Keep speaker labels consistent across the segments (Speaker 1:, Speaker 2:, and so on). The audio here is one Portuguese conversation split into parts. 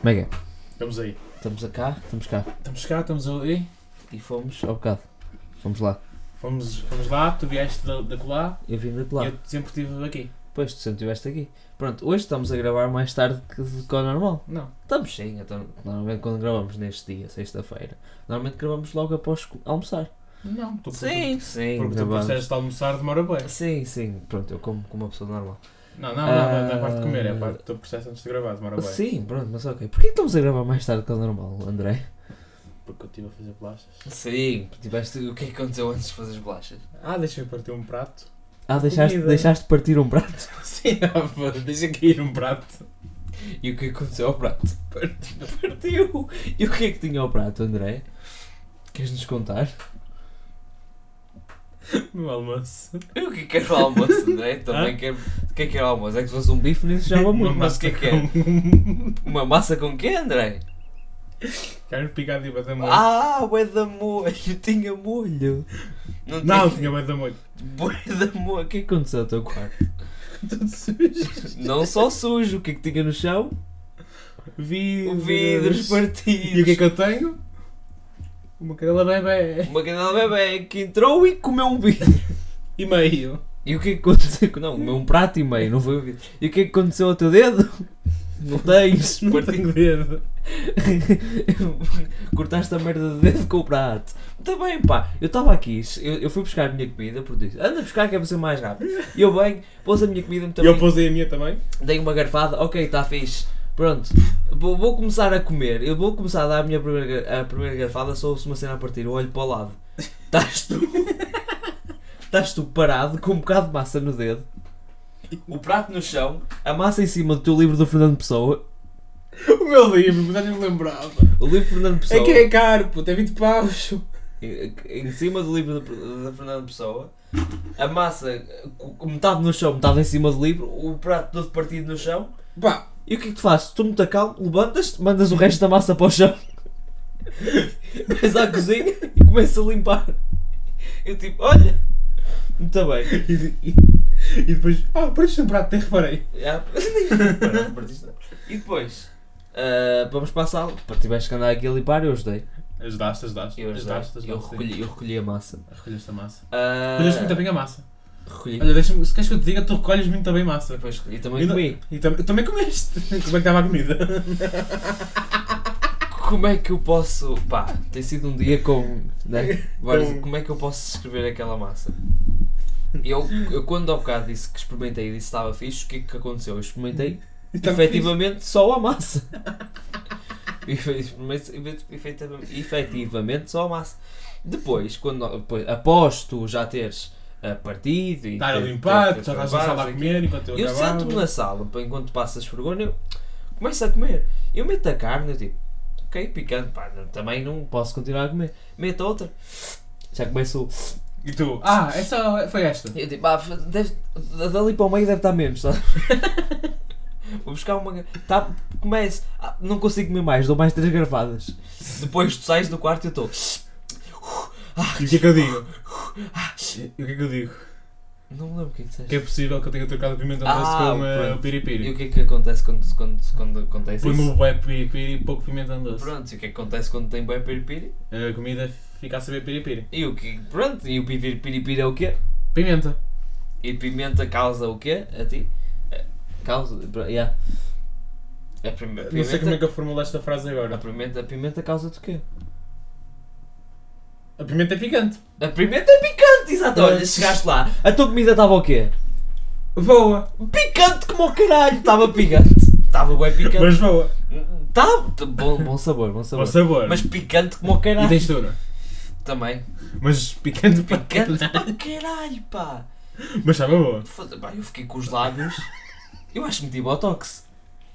Speaker 1: Como é que é?
Speaker 2: Estamos aí.
Speaker 1: Estamos a cá, estamos cá.
Speaker 2: Estamos cá, estamos ali.
Speaker 1: E fomos ao bocado. Fomos lá.
Speaker 2: Fomos, fomos lá, tu vieste da, da colar
Speaker 1: Eu vim de
Speaker 2: e
Speaker 1: lá.
Speaker 2: eu sempre estive aqui.
Speaker 1: Depois tu sempre estiveste aqui. Pronto, hoje estamos a gravar mais tarde que do que o normal.
Speaker 2: Não.
Speaker 1: Estamos sim, então, normalmente quando gravamos neste dia, sexta-feira, normalmente gravamos logo após co- almoçar.
Speaker 2: Não, tu
Speaker 1: sim, sim,
Speaker 2: Porque, porque tu
Speaker 1: gravamos.
Speaker 2: precisas de almoçar demora bem.
Speaker 1: Sim, sim, pronto, eu como como uma pessoa normal.
Speaker 2: Não, não, não, não, não é a parte de comer, é
Speaker 1: Ah.
Speaker 2: a parte que tu processas antes de gravar,
Speaker 1: Tá
Speaker 2: demora bem.
Speaker 1: Sim, pronto, mas ok. Porquê que estamos a gravar mais tarde que o normal, André?
Speaker 2: Porque eu estive a fazer bolachas.
Speaker 1: Sim, tiveste o que é que aconteceu antes de fazer as bolachas?
Speaker 2: Ah, deixa eu partir um prato.
Speaker 1: Ah, deixaste,
Speaker 2: Comida.
Speaker 1: deixaste partir um prato?
Speaker 2: sim, ah, pô, deixa cair um prato.
Speaker 1: E o que é que aconteceu ao prato? Partiu! E o que é que tinha ao prato, André? Queres-nos contar?
Speaker 2: No almoço.
Speaker 1: Eu que quero o almoço, André.
Speaker 2: Também
Speaker 1: quero. O que é que era o almoço? É que se fosse um bife, nem sujava muito, mas o que é que é?
Speaker 2: um.
Speaker 1: Uma massa com quê, André?
Speaker 2: Carne picada e badamolho.
Speaker 1: Ah, bué da molho! Tinha molho!
Speaker 2: não, tinha badamolho.
Speaker 1: Bué da molho! O que é que aconteceu ao teu quarto?
Speaker 2: Tudo sujo.
Speaker 1: Não só sujo, o que é que tinha no chão?
Speaker 2: Vidros.
Speaker 1: Vidros partidos!
Speaker 2: E o que é que eu tenho? Uma cadela bebê.
Speaker 1: Uma canela bebê que entrou e comeu um bife!
Speaker 2: E meio.
Speaker 1: E o que é que aconteceu? Não, comeu um prato e meio, não foi o vídeo. E o que é que aconteceu ao teu dedo? Não tens.
Speaker 2: Não
Speaker 1: parti-
Speaker 2: tenho dedo.
Speaker 1: Cortaste a merda do dedo com o prato. Está bem, pá. Eu estava aqui, eu, eu fui buscar a minha comida, porque disse, anda buscar que é para ser mais rápido. E eu bem, pôs a minha comida
Speaker 2: E
Speaker 1: também.
Speaker 2: eu pousei a minha também.
Speaker 1: Dei uma garfada, ok, está fixe. Pronto, vou, vou começar a comer. Eu vou começar a dar a minha primeira, ga- a primeira garfada, só ouço uma cena a partir. Eu olho para o lado. Estás tu. Estás tu parado com um bocado de massa no dedo, o prato no chão, a massa em cima do teu livro do Fernando Pessoa.
Speaker 2: O meu livro, mas já não me lembrava.
Speaker 1: O livro de Fernando Pessoa.
Speaker 2: É que é caro, puto, é 20 paus.
Speaker 1: Em em cima do livro da Fernando Pessoa, a massa com- com metade no chão, metade em cima do livro, o prato todo partido no chão.
Speaker 2: Pá,
Speaker 1: E o que é que tu fazes? Tu muito calmo, levantas-te, mandas o resto da massa para o chão, vais à cozinha e começas a limpar. Eu tipo, olha, muito bem.
Speaker 2: e, e- e depois, ah, parece um prato, até reparei.
Speaker 1: Já- Não, partiste não. e depois, ah, vamos para a sala. Pá, Tiveste que andar aqui a limpar, eu ajudei.
Speaker 2: Ajudaste, ajudaste.
Speaker 1: Eu ajudei.
Speaker 2: ajudaste, ajudaste.
Speaker 1: Eu recolhi, eu recolhi a massa.
Speaker 2: Recolheste a massa.
Speaker 1: Ah,
Speaker 2: Recolheste muito bem a massa.
Speaker 1: recolhi.
Speaker 2: Olha, deixa-me, se queres que eu te diga, tu recolhes muito bem massa.
Speaker 1: Depois recolhi também
Speaker 2: E, não-
Speaker 1: comigo.
Speaker 2: e tam- também comeste. Como é que estava a comida?
Speaker 1: Como é que eu posso. Pá, tem sido um dia com. Né? Vários-
Speaker 2: Com-
Speaker 1: Como é que eu posso descrever aquela massa? Eu, eu quando ao bocado disse que experimentei e disse que estava fixe, o que é que aconteceu? Eu experimentei
Speaker 2: E tava
Speaker 1: efetivamente só a massa. Efe- experimentei efetiva- efetivamente só a massa. Depois, quando, depois, após tu já teres ah, partido e.
Speaker 2: fixe. Estar a
Speaker 1: ter-
Speaker 2: limpar,
Speaker 1: ter- ter
Speaker 2: um já estás na
Speaker 1: trabalhado,
Speaker 2: sala a
Speaker 1: sei o quê.
Speaker 2: comer enquanto eu
Speaker 1: Eu
Speaker 2: acabava.
Speaker 1: sento-me na sala, pá, enquanto passas vergonha, eu começo a comer. Eu meto a carne, eu tipo, ok, picante, pá, não- também não posso continuar a comer. Meto outra, já começo.
Speaker 2: E tu, ah, essa foi esta.
Speaker 1: Eu tipo, ah, deve, dali para o meio deve estar menos, sabe? Vou buscar uma. gar- Tá, começo, ah, não consigo comer mais, dou mais três garfadas. Depois tu sais do quarto e eu estou. Ah,
Speaker 2: E o que é que eu digo? E o que é que eu digo?
Speaker 1: Não me lembro o que é que disseste.
Speaker 2: Que é possível que eu tenha trocado o pimentão
Speaker 1: Ah,
Speaker 2: doce com eh,
Speaker 1: pronto. E
Speaker 2: o
Speaker 1: o
Speaker 2: piripiri.
Speaker 1: que é que acontece quando, quando, quando acontece
Speaker 2: Põe-me um
Speaker 1: isso?
Speaker 2: o bué piripiri e pouco pimentão doce.
Speaker 1: Pronto, e o que é que acontece quando tem bem piripiri?
Speaker 2: A comida fica a saber piripiri.
Speaker 1: E o que, pronto, e o piripiri piripiri é o quê?
Speaker 2: Pimenta.
Speaker 1: E pimenta causa o quê? A ti? Eh, Causa, pr- yeah. A prim- a pimenta,
Speaker 2: Não sei como é que eu formulei esta frase
Speaker 1: a
Speaker 2: agora.
Speaker 1: pimenta, a pimenta causa do quê?
Speaker 2: A pimenta é picante.
Speaker 1: A pimenta é picante, exato. Olha,
Speaker 2: Pois.
Speaker 1: chegaste lá, a tua comida estava o quê?
Speaker 2: Boa.
Speaker 1: Picante como o caralho, estava picante. Estava bem picante.
Speaker 2: Mas boa.
Speaker 1: Estava, bom, bom sabor, bom sabor.
Speaker 2: Bom sabor.
Speaker 1: Mas picante como o caralho.
Speaker 2: E textura.
Speaker 1: Também.
Speaker 2: Mas picante para
Speaker 1: Picante como caralho, pá.
Speaker 2: Mas sabe boa.
Speaker 1: Foda- pá, eu fiquei com os lábios. Eu acho que meti botox.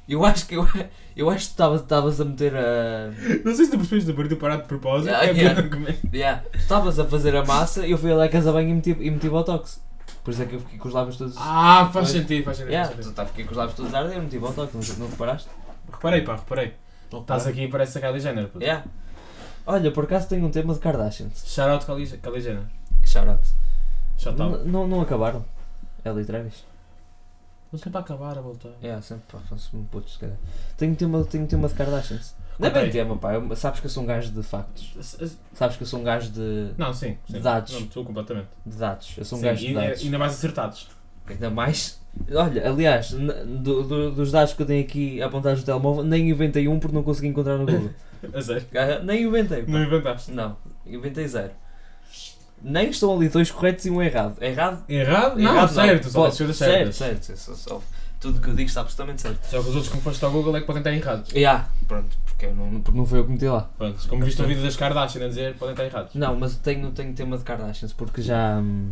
Speaker 1: Eu acho que eu, eu acho que estava- estavas a meter a.
Speaker 2: Não sei se tu percebeste de partir parado de propósito.
Speaker 1: Ah,
Speaker 2: é para
Speaker 1: yeah.
Speaker 2: não comer.
Speaker 1: Yeah. Tu Estavas a fazer a massa, eu fui lá à casa bem e meti, e meti botox. Por isso é que eu fiquei com os lábios todos.
Speaker 2: Ah, faz sentido, faz sentido.
Speaker 1: yeah.
Speaker 2: faz
Speaker 1: Tu
Speaker 2: sentido.
Speaker 1: tá, fiquei com os lábios todos a arder, eu meti botox, não, não reparaste?
Speaker 2: Reparei, pá, reparei.
Speaker 1: Não reparaste?
Speaker 2: Estás aqui e parece a Kylie Jenner. puto.
Speaker 1: Tá. Yeah. Olha, por acaso tenho um tema de Kardashians.
Speaker 2: Shout out Kylie Kylie Jenner.
Speaker 1: Shout out.
Speaker 2: Shout out.
Speaker 1: N- Não não acabaram. Ellie Travis.
Speaker 2: Vou sempre a acabar a voltar.
Speaker 1: É, sempre pá, faço um puto, se calhar. Tenho tema, tenho tema de Kardashians. Não é
Speaker 2: Ok.
Speaker 1: bem tema, pá. eu- sabes que eu sou um gajo de factos. Sabes que eu sou um gajo de,
Speaker 2: Não, sim. sim.
Speaker 1: Dados.
Speaker 2: Não, estou completamente.
Speaker 1: de dados. Eu sou um
Speaker 2: Sim,
Speaker 1: gajo de
Speaker 2: e- é-
Speaker 1: dados.
Speaker 2: Ainda mais acertados.
Speaker 1: Ainda mais. Olha, aliás, n- do- do- dos dados que eu tenho aqui apontados no telemóvel, nem inventei um porque não consegui encontrar no Google.
Speaker 2: A sério.
Speaker 1: Ah, nem inventei. pá.
Speaker 2: Não inventaste.
Speaker 1: Não, inventei zero. Nem estão ali dois corretos e um errado. Errado?
Speaker 2: Errado? Não,
Speaker 1: errado
Speaker 2: certo. Só
Speaker 1: Pô,
Speaker 2: as coisas
Speaker 1: certo,
Speaker 2: certas.
Speaker 1: certo. eu só- só- tudo o que eu digo está absolutamente certo.
Speaker 2: Só que os outros, como foste ao Google, é que podem estar errados.
Speaker 1: E há, pronto, porque, eu não, porque não foi eu que meti lá.
Speaker 2: Pronto, como viste o vídeo das Kardashian a dizer, podem estar errados.
Speaker 1: Não, mas eu tenho, tenho tema de Kardashians porque já. hum,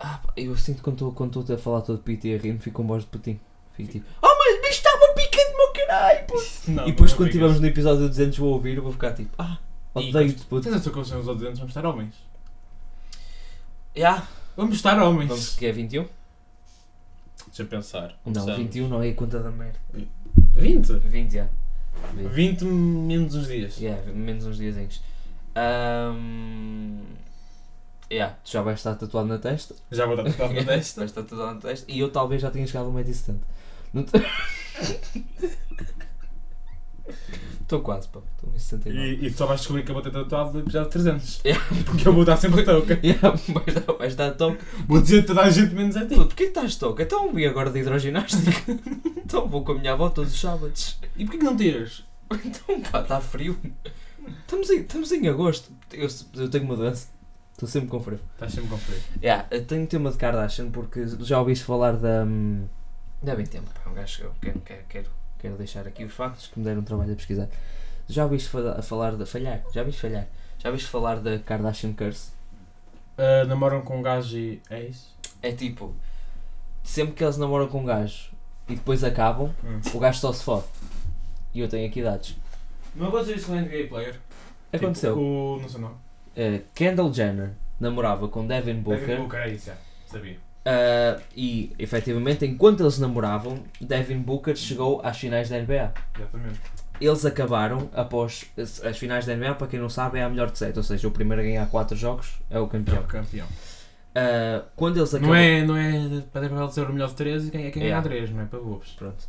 Speaker 1: Ah, pá, eu sinto que quando estou- quando estou a falar todo pito e a rir-me, fico com voz de putinho. Fico tipo, oh, mas bicho, está uma pica do meu caralho! pô."
Speaker 2: Não,
Speaker 1: e depois,
Speaker 2: não
Speaker 1: quando
Speaker 2: ficas.
Speaker 1: estivermos no episódio 200, vou ouvir e vou ficar tipo, ah,
Speaker 2: E
Speaker 1: odeio-te, puto.
Speaker 2: Tens a sua consciência aos outros vamos estar homens.
Speaker 1: Já,
Speaker 2: Vamos estar homens.
Speaker 1: vamos que é 21?
Speaker 2: Deixa eu pensar.
Speaker 1: Não, 21 não é a conta da merda.
Speaker 2: 20?
Speaker 1: 20 já.
Speaker 2: 20 menos uns dias.
Speaker 1: Yeah, menos uns diazinhos. Ahm, yeah, tu já vais estar tatuado na testa.
Speaker 2: Já vou dar tatuado
Speaker 1: É,
Speaker 2: na testa.
Speaker 1: Vais estar tatuado na testa. E eu talvez já tenha chegado a 1,70m. Não Estou quase, pá. Estou em 69.
Speaker 2: E, e tu só vais descobrir que eu vou ter tatuado no episódio 300.
Speaker 1: É.
Speaker 2: Porque eu vou dar sempre a touca.
Speaker 1: Yeah, vais dar- vais dar toque.
Speaker 2: Vou dizer a toda a gente menos a ti.
Speaker 1: Pô, tá Porquê que estás toque? Então vim agora de hidroginástica. então vou com a minha avó todos os sábados.
Speaker 2: E porquê que não tiras?
Speaker 1: Então pá, está frio. Estamos em, estamos em agosto. Eu, eu tenho uma doença. Estou sempre com frio.
Speaker 2: Estás sempre com frio.
Speaker 1: Yeah, eu tenho tema de Kardashian porque já ouviste falar da. hum, Ainda bem tempo, pá, um gajo que eu quero, quero, quero, quero deixar aqui os factos que me deram trabalho a pesquisar. Já ouviste fala- falar da. Falhar? Já ouviste falhar? Já ouviste falar da Kardashian Curse?
Speaker 2: Ah, namoram com um gajo e. É isso?
Speaker 1: É tipo. Sempre que eles namoram com um gajo e depois acabam,
Speaker 2: Hum.
Speaker 1: o gajo só se fode. E eu tenho aqui dados.
Speaker 2: Não aconteceu isso com o NBA Player.
Speaker 1: Aconteceu.
Speaker 2: Tipo, com. Não sei o nome.
Speaker 1: Eh, Kendall Jenner namorava com Devin Booker.
Speaker 2: Devin Booker, é isso, já. Sabia.
Speaker 1: Ah, e efetivamente, enquanto eles namoravam, Devin Booker chegou às finais da NBA.
Speaker 2: Exatamente.
Speaker 1: Eles acabaram após as, as finais da NBA, para quem não sabe, é a melhor de sete, ou seja, o primeiro a ganhar 4 jogos é o
Speaker 2: É
Speaker 1: campeão.
Speaker 2: o campeão.
Speaker 1: Ah, quando eles
Speaker 2: Não
Speaker 1: acabaram.
Speaker 2: é, não é para papel de ser o melhor de 13 e quem é quem
Speaker 1: É.
Speaker 2: ganha 3, não é para bobos.
Speaker 1: Pronto.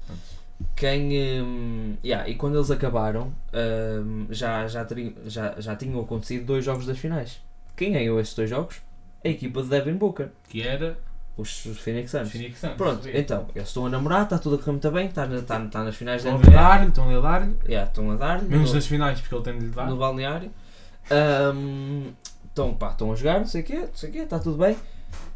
Speaker 1: Quem. hum, yeah, e quando eles acabaram, hum, já, já, teri- já, já tinham acontecido dois jogos das finais. Quem ganhou esses dois jogos? A equipa de Devin Booker,
Speaker 2: Que era
Speaker 1: os os Phoenix Suns.
Speaker 2: Phoenix Suns.
Speaker 1: Pronto, então, eles estão a namorar, está tudo a correr muito bem, está, na- está, está nas finais da
Speaker 2: Estão a
Speaker 1: NBA.
Speaker 2: dar-lhe, estão a dar-lhe.
Speaker 1: Yeah, estão a dar-lhe.
Speaker 2: Menos
Speaker 1: no-
Speaker 2: nas finais, porque ele tem de lhe dar.
Speaker 1: no balneário. Ahm, Estão pá, estão a jogar, não sei o quê, não sei o quê, está tudo bem.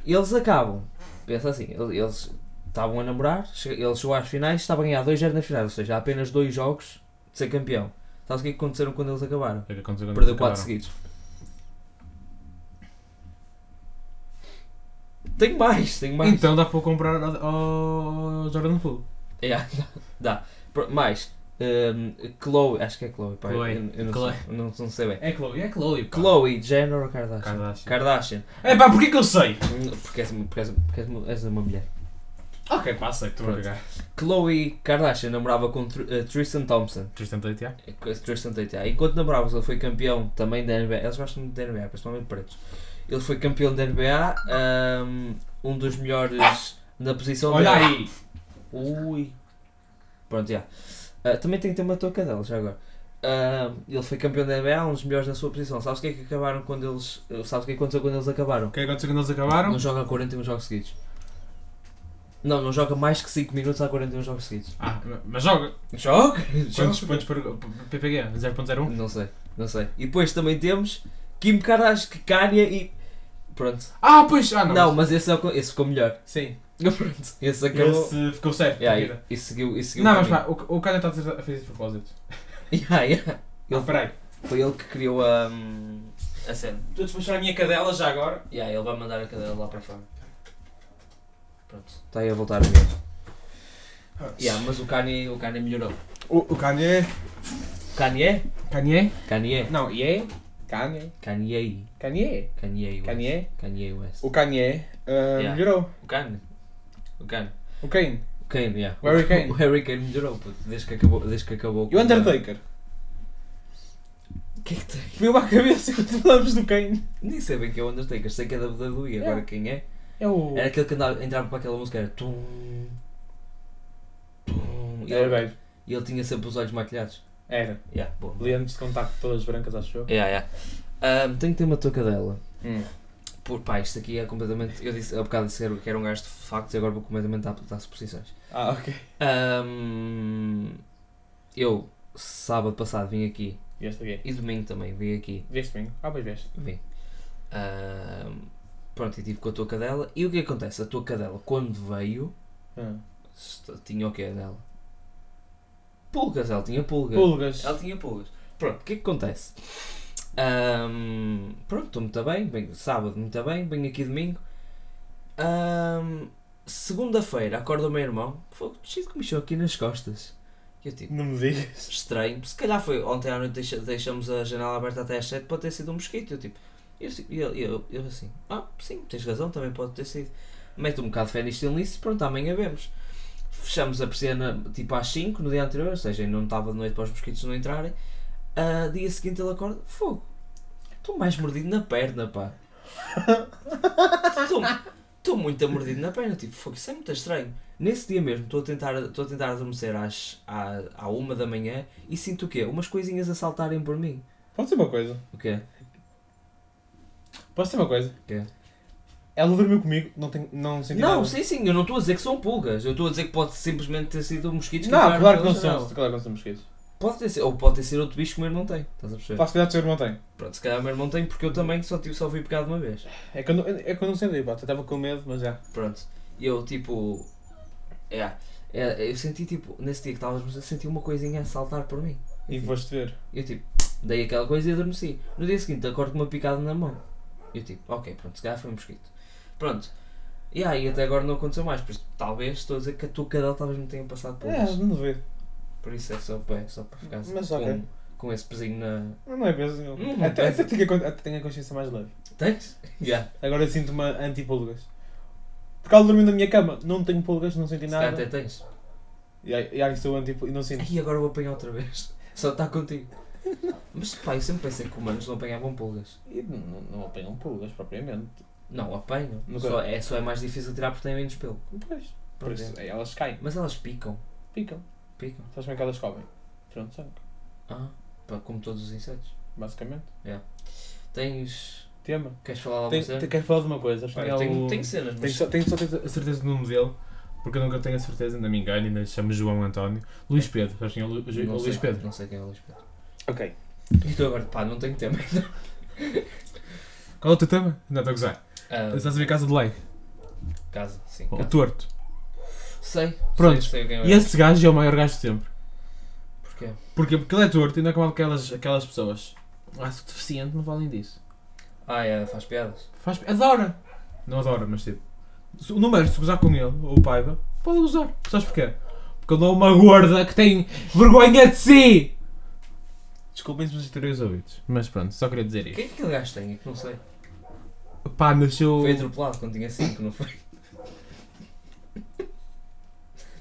Speaker 1: Eles acabam. Pensa assim, ele- eles estavam a namorar, che- ele chegou às finais, estava a ganhar 2-0 nas finais, ou seja, há apenas dois jogos de ser campeão. Sabes o que é que aconteceram quando eles acabaram?
Speaker 2: É o que aconteceu quando
Speaker 1: Perdeu
Speaker 2: eles
Speaker 1: 4
Speaker 2: acabaram.
Speaker 1: seguidos. Tenho mais, tenho mais.
Speaker 2: Então dá para comprar ao- ao Jordan Poole.
Speaker 1: Yeah, dá. Pro- Mais. ahm, Chloe, acho que é Chloe, pá.
Speaker 2: Chloe,
Speaker 1: Eu, eu não,
Speaker 2: Chloe.
Speaker 1: Sei, não, não sei bem.
Speaker 2: É Chloe, é Chloe. pá.
Speaker 1: Chloe, Jenner ou Kardashian?
Speaker 2: Kardashian.
Speaker 1: Kardashian.
Speaker 2: É pá, porquê que eu sei?
Speaker 1: Porque és, uma- porque, és, porque és uma- és uma mulher.
Speaker 2: Ok, pá, sei, estou a
Speaker 1: Pronto.
Speaker 2: cagar.
Speaker 1: Chloe Kardashian namorava com Tr- eh, Tristan Thompson.
Speaker 2: Tristan Tate, já.
Speaker 1: Eh, com esse Tristan Tate. ah, Enquanto namoravam, ele foi campeão também da NBA. Eles gostam muito da NBA, principalmente pretos. Ele foi campeão da NBA, ahm, um dos melhores na posição
Speaker 2: Olha
Speaker 1: dele.
Speaker 2: aí.
Speaker 1: Ui. Pronto, já. Ah, também tem que ter uma touca dela, já agora. Ahm, ele foi campeão da NBA, um dos melhores na sua posição. Sabes o que é que acabaram quando eles. Sabes o que é que aconteceu quando eles acabaram?
Speaker 2: O que é que aconteceu quando eles acabaram?
Speaker 1: Não joga 41 jogos seguidos. Não, não joga mais que 5 minutos a 41 jogos seguidos.
Speaker 2: Ah, mas joga.
Speaker 1: Joga?
Speaker 2: Quantos pontos por PPG? 0.01?
Speaker 1: Não sei, não sei. E depois também temos Kim Kardashian, Kanye e. Pronto.
Speaker 2: Ah, pois, ah,
Speaker 1: Não,
Speaker 2: não.
Speaker 1: mas esse, é o co- esse ficou melhor.
Speaker 2: Sim.
Speaker 1: Pronto, esse é acabou.
Speaker 2: Esse ficou certo.
Speaker 1: Yeah,
Speaker 2: vida.
Speaker 1: e, e seguiu, e seguiu
Speaker 2: Não,
Speaker 1: o
Speaker 2: mas
Speaker 1: caminho.
Speaker 2: pá, o, o Kanye está a fazer isso de propósito.
Speaker 1: Yeah, yeah.
Speaker 2: Ah,
Speaker 1: Ele,
Speaker 2: peraí.
Speaker 1: foi ele que criou a. hum, a cena.
Speaker 2: Estou a despachar a minha cadela já agora.
Speaker 1: Yeah, ele vai mandar a cadeira lá para fora. Pronto, está aí a voltar a ver. Yeah, mas o Kanye, o Kanye melhorou.
Speaker 2: O, o Kanye.
Speaker 1: Kanye?
Speaker 2: Kanye?
Speaker 1: Kanye?
Speaker 2: Não, Ye. Kanye.
Speaker 1: Kanye.
Speaker 2: Kanye.
Speaker 1: Kanye West.
Speaker 2: Kanye.
Speaker 1: Kanye West.
Speaker 2: O Kanye ah,
Speaker 1: Yeah.
Speaker 2: melhorou.
Speaker 1: O Kanye. O Kanye.
Speaker 2: O Kane.
Speaker 1: O Kane, yeah.
Speaker 2: O Harry Kane.
Speaker 1: O Harry Kane melhorou, puto, desde que acabou. Desde que acabou
Speaker 2: E o
Speaker 1: com a-
Speaker 2: Undertaker?
Speaker 1: O que é que tem?
Speaker 2: Viu-me à cabeça quando falamos do Kane.
Speaker 1: Nem sei bem quem é o Undertaker, sei que é da WWE,
Speaker 2: Yeah.
Speaker 1: agora quem é?
Speaker 3: É o.
Speaker 1: Era aquele que andava, entrava para aquela música, era tum. Tum. E
Speaker 2: Era
Speaker 1: ele,
Speaker 2: velho.
Speaker 1: e ele tinha sempre os olhos maquilhados.
Speaker 2: Era.
Speaker 1: Yeah, boa.
Speaker 2: Lentes de contacto todas brancas, acho eu.
Speaker 1: Yeah, yeah. Ahm, tenho que ter uma touca dela.
Speaker 2: Hum.
Speaker 1: Por pá, isto aqui é completamente. Eu disse há bocado disse que era- que era um gajo de factos e agora vou completamente a aplicar suposições.
Speaker 2: Ah, ok.
Speaker 1: Ahm, eu, sábado passado, vim aqui.
Speaker 2: Vieste aqui.
Speaker 1: E domingo também, vim aqui.
Speaker 2: Vieste bem? Ah, pois vieste.
Speaker 1: Vim. Ahm, pronto, e estive com a tua cadela. E o que acontece? A tua cadela, quando veio,
Speaker 2: Ah.
Speaker 1: est- tinha o quê dela? Pulgas, ela tinha
Speaker 2: Hum.
Speaker 1: pulgas.
Speaker 2: Pulgas.
Speaker 1: Ela tinha pulgas. Pronto, o que é que acontece? Ahm, pronto, estou muito bem, bem, sábado muito bem, venho aqui domingo. Ahm, Segunda-feira acorda o meu irmão, fogo, cheio que mexeu aqui nas costas. E eu tipo,
Speaker 2: Não me digas.
Speaker 1: estranho, se calhar foi ontem à noite deixa- deixamos a janela aberta até às 7 pode ter sido um mosquito. Eu tipo, eu, assim- e ele- eu, eu assim, ah, sim, tens razão, também pode ter sido. Mete um bocado de fé nisto em lice, pronto, amanhã vemos. Fechamos a piscina tipo às 5 no dia anterior, ou seja, ainda não estava de noite para os mosquitos não entrarem. Ah, dia seguinte ele acorda, fogo, estou mais mordido na perna, pá. Estou- Estou muito mordido na perna, tipo, fogo, isso é muito estranho. Nesse dia mesmo, estou a tentar, estou a tentar adormecer às, à, à uma da manhã e sinto o quê? Umas coisinhas a saltarem por mim.
Speaker 2: Pode ser uma coisa.
Speaker 1: O quê?
Speaker 2: Posso ter uma coisa?
Speaker 1: Quê?
Speaker 2: Ela dormiu comigo, não, tem, não senti nada.
Speaker 1: Não, sim, sim, eu não estou a dizer que são pulgas. Eu estou a dizer que pode simplesmente ter sido mosquitos que
Speaker 2: Não,
Speaker 1: entraram
Speaker 2: claro que
Speaker 1: pela
Speaker 2: não
Speaker 1: janela.
Speaker 2: são. Claro que não são mosquitos.
Speaker 1: Pode ter sido, ou pode ter sido outro bicho que o meu irmão tem. Estás a perceber?
Speaker 2: Posso cuidar do seu irmão tem.
Speaker 1: Pronto, se calhar o meu irmão tem porque eu também só, tive, só fui pegado uma vez.
Speaker 2: É que eu não, é que eu não senti, pá. Eu estava com medo, mas já.
Speaker 1: Pronto, e eu tipo. É, é, eu senti tipo, nesse dia que estávamos, eu senti uma coisinha a saltar por mim.
Speaker 2: E foste ver.
Speaker 1: Eu tipo, dei aquela coisa e adormeci. No dia seguinte acordo com uma picada na mão. Eu tipo, ok, pronto, se calhar foi um mosquito. Pronto. E aí até agora não aconteceu mais, por isso talvez estou a dizer que a tua cadela talvez me tenha passado por
Speaker 2: É,
Speaker 1: isso.
Speaker 2: não duvido.
Speaker 1: Por isso é só para, só para ficar assim
Speaker 2: Mas
Speaker 1: com,
Speaker 2: ok.
Speaker 1: com esse pezinho na.
Speaker 2: Mas não é peso
Speaker 1: Não,
Speaker 2: nenhum.
Speaker 1: não
Speaker 2: até,
Speaker 1: pesa.
Speaker 2: até, tenho a, con- até tenho a consciência mais leve.
Speaker 1: Tens? Já.
Speaker 2: Agora eu sinto-me anti-pulgas. Porque ela dormiu na minha cama, não tenho pulgas, não senti
Speaker 1: Se calhar até
Speaker 2: nada.
Speaker 1: tens.
Speaker 2: E aí, e aí sou anti e não sinto.
Speaker 1: E agora vou apanhar outra vez. Só está contigo. Mas pá, eu sempre pensei que humanos não apanhavam pulgas.
Speaker 2: E não, não apanham pulgas propriamente.
Speaker 1: Não, apanham.
Speaker 2: Nunca.
Speaker 1: Só é, só é mais difícil tirar porque tem menos pelo.
Speaker 2: Pois. Por
Speaker 1: Por
Speaker 2: isso,
Speaker 1: exemplo.
Speaker 2: é, elas caem,
Speaker 1: Mas elas picam.
Speaker 2: picam.
Speaker 1: Picam.
Speaker 2: Sabes como é que elas comem? Tirando sangue,
Speaker 1: Ah, pá, como todos os insetos.
Speaker 2: basicamente.
Speaker 1: Tens.
Speaker 2: Tema.
Speaker 1: Queres falar alguma
Speaker 2: Tem,
Speaker 1: cena?
Speaker 2: tem, quero falar de uma coisa. acho que
Speaker 1: Pá,
Speaker 2: é
Speaker 1: eu tenho,
Speaker 2: o-
Speaker 1: tenho cenas,
Speaker 3: Tenho
Speaker 1: mas.
Speaker 3: só, tenho só a certeza do nome dele, porque eu nunca tenho a certeza, ainda me engano, ainda chamo João António. Luís Pedro, sabes quem é o Lu- o Ju-
Speaker 1: não
Speaker 3: o
Speaker 1: sei,
Speaker 3: Luís Pedro?
Speaker 1: Não sei quem é o Luís Pedro.
Speaker 2: Ok.
Speaker 1: E tu agora, pá, não tenho tempo.
Speaker 3: Qual é o teu tema? Não, estou a gozar.
Speaker 1: Ah,
Speaker 3: Estás a ver Casa de Lei,
Speaker 1: casa, sim.
Speaker 3: o
Speaker 1: casa.
Speaker 3: torto.
Speaker 1: Sei.
Speaker 3: Pronto.
Speaker 1: Sei, sei quem é.
Speaker 3: E esse gajo é o maior gajo de sempre.
Speaker 1: Porquê?
Speaker 3: Porquê? Porque ele é torto e não é como aquelas, aquelas pessoas. Ah, sou deficiente, não valem disso.
Speaker 1: Ah, é, faz piadas.
Speaker 3: Faz... é Adora! Não adora, mas tipo. se O número, se gozar com ele, ou o Paiva, pode gozar. Sabes porquê? Porque ele é uma gorda que tem vergonha de si! Desculpem se vocês terem os ouvidos, mas pronto, só queria dizer
Speaker 1: O
Speaker 3: isto.
Speaker 1: que é que aquele gajo tem? É que não sei.
Speaker 3: Pá, nasceu.
Speaker 1: Foi atropelado quando tinha 5, não foi?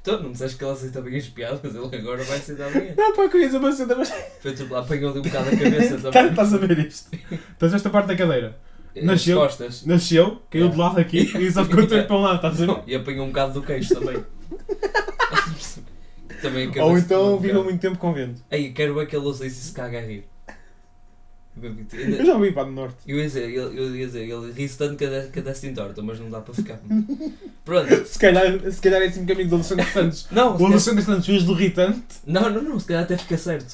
Speaker 1: Então, não me disseste que ele aceita bem as piadas, ele agora vai aceitar bem.
Speaker 3: Não, pá, queria dizer uma cena, mas.
Speaker 1: Foi atropelado, apanhou-lhe um bocado a cabeça
Speaker 3: Tá-
Speaker 1: também. Eh,
Speaker 3: Estás a ver isto? Estás esta parte da cadeira.
Speaker 1: As
Speaker 3: Nasceu.
Speaker 1: Costas.
Speaker 3: Nasceu, caiu de lado aqui e só ficou torto para um lado, estás a ver?
Speaker 1: E apanhou um bocado do queixo também. também a
Speaker 2: Ou
Speaker 1: cabeça também
Speaker 2: então
Speaker 1: um
Speaker 2: viram
Speaker 1: bocado.
Speaker 2: muito tempo com vento.
Speaker 1: Ei, quero ver que ele usa isso e se caga a rir.
Speaker 2: Eu já vi, pá, no norte.
Speaker 1: Eu ia dizer, ele- eu ia dizer, ele ri-se tanto que a- que a Dustin torta, mas não dá para ficar. Pronto.
Speaker 3: Se calhar, se calhar é assim o caminho do Alexandre Santos.
Speaker 1: Não,
Speaker 3: O
Speaker 1: se
Speaker 3: Alexandre Santos fez do irritante.
Speaker 1: calhar, não, não, não, se calhar até fica certo.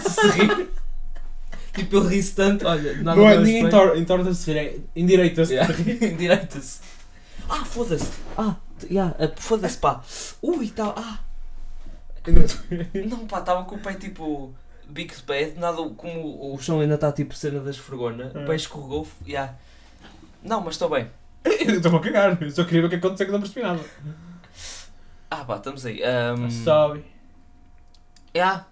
Speaker 1: Se rir. Tipo, ele ri-se tanto, olha, nada
Speaker 3: Não é,
Speaker 1: dá
Speaker 3: ninguém
Speaker 1: respeito.
Speaker 3: tor- entorta-se, é endireita-se.
Speaker 1: Yeah. Endireita-se. Ah, foda-se. Ah, t- yeah, ah, foda-se, pá. Ui, tá. Ah. Não, pá, estava com o pé tipo. Big pé, de nada, como o chão ainda está tipo cena das esfregona, o
Speaker 3: É.
Speaker 1: pé escorregou, f- yeah. Não, mas estou bem.
Speaker 3: Eu estou a cagar, eu só queria ver o que aconteceu que não percebi nada.
Speaker 1: Ah, pá, estamos aí. Um...
Speaker 3: Sobe.
Speaker 1: Yeah.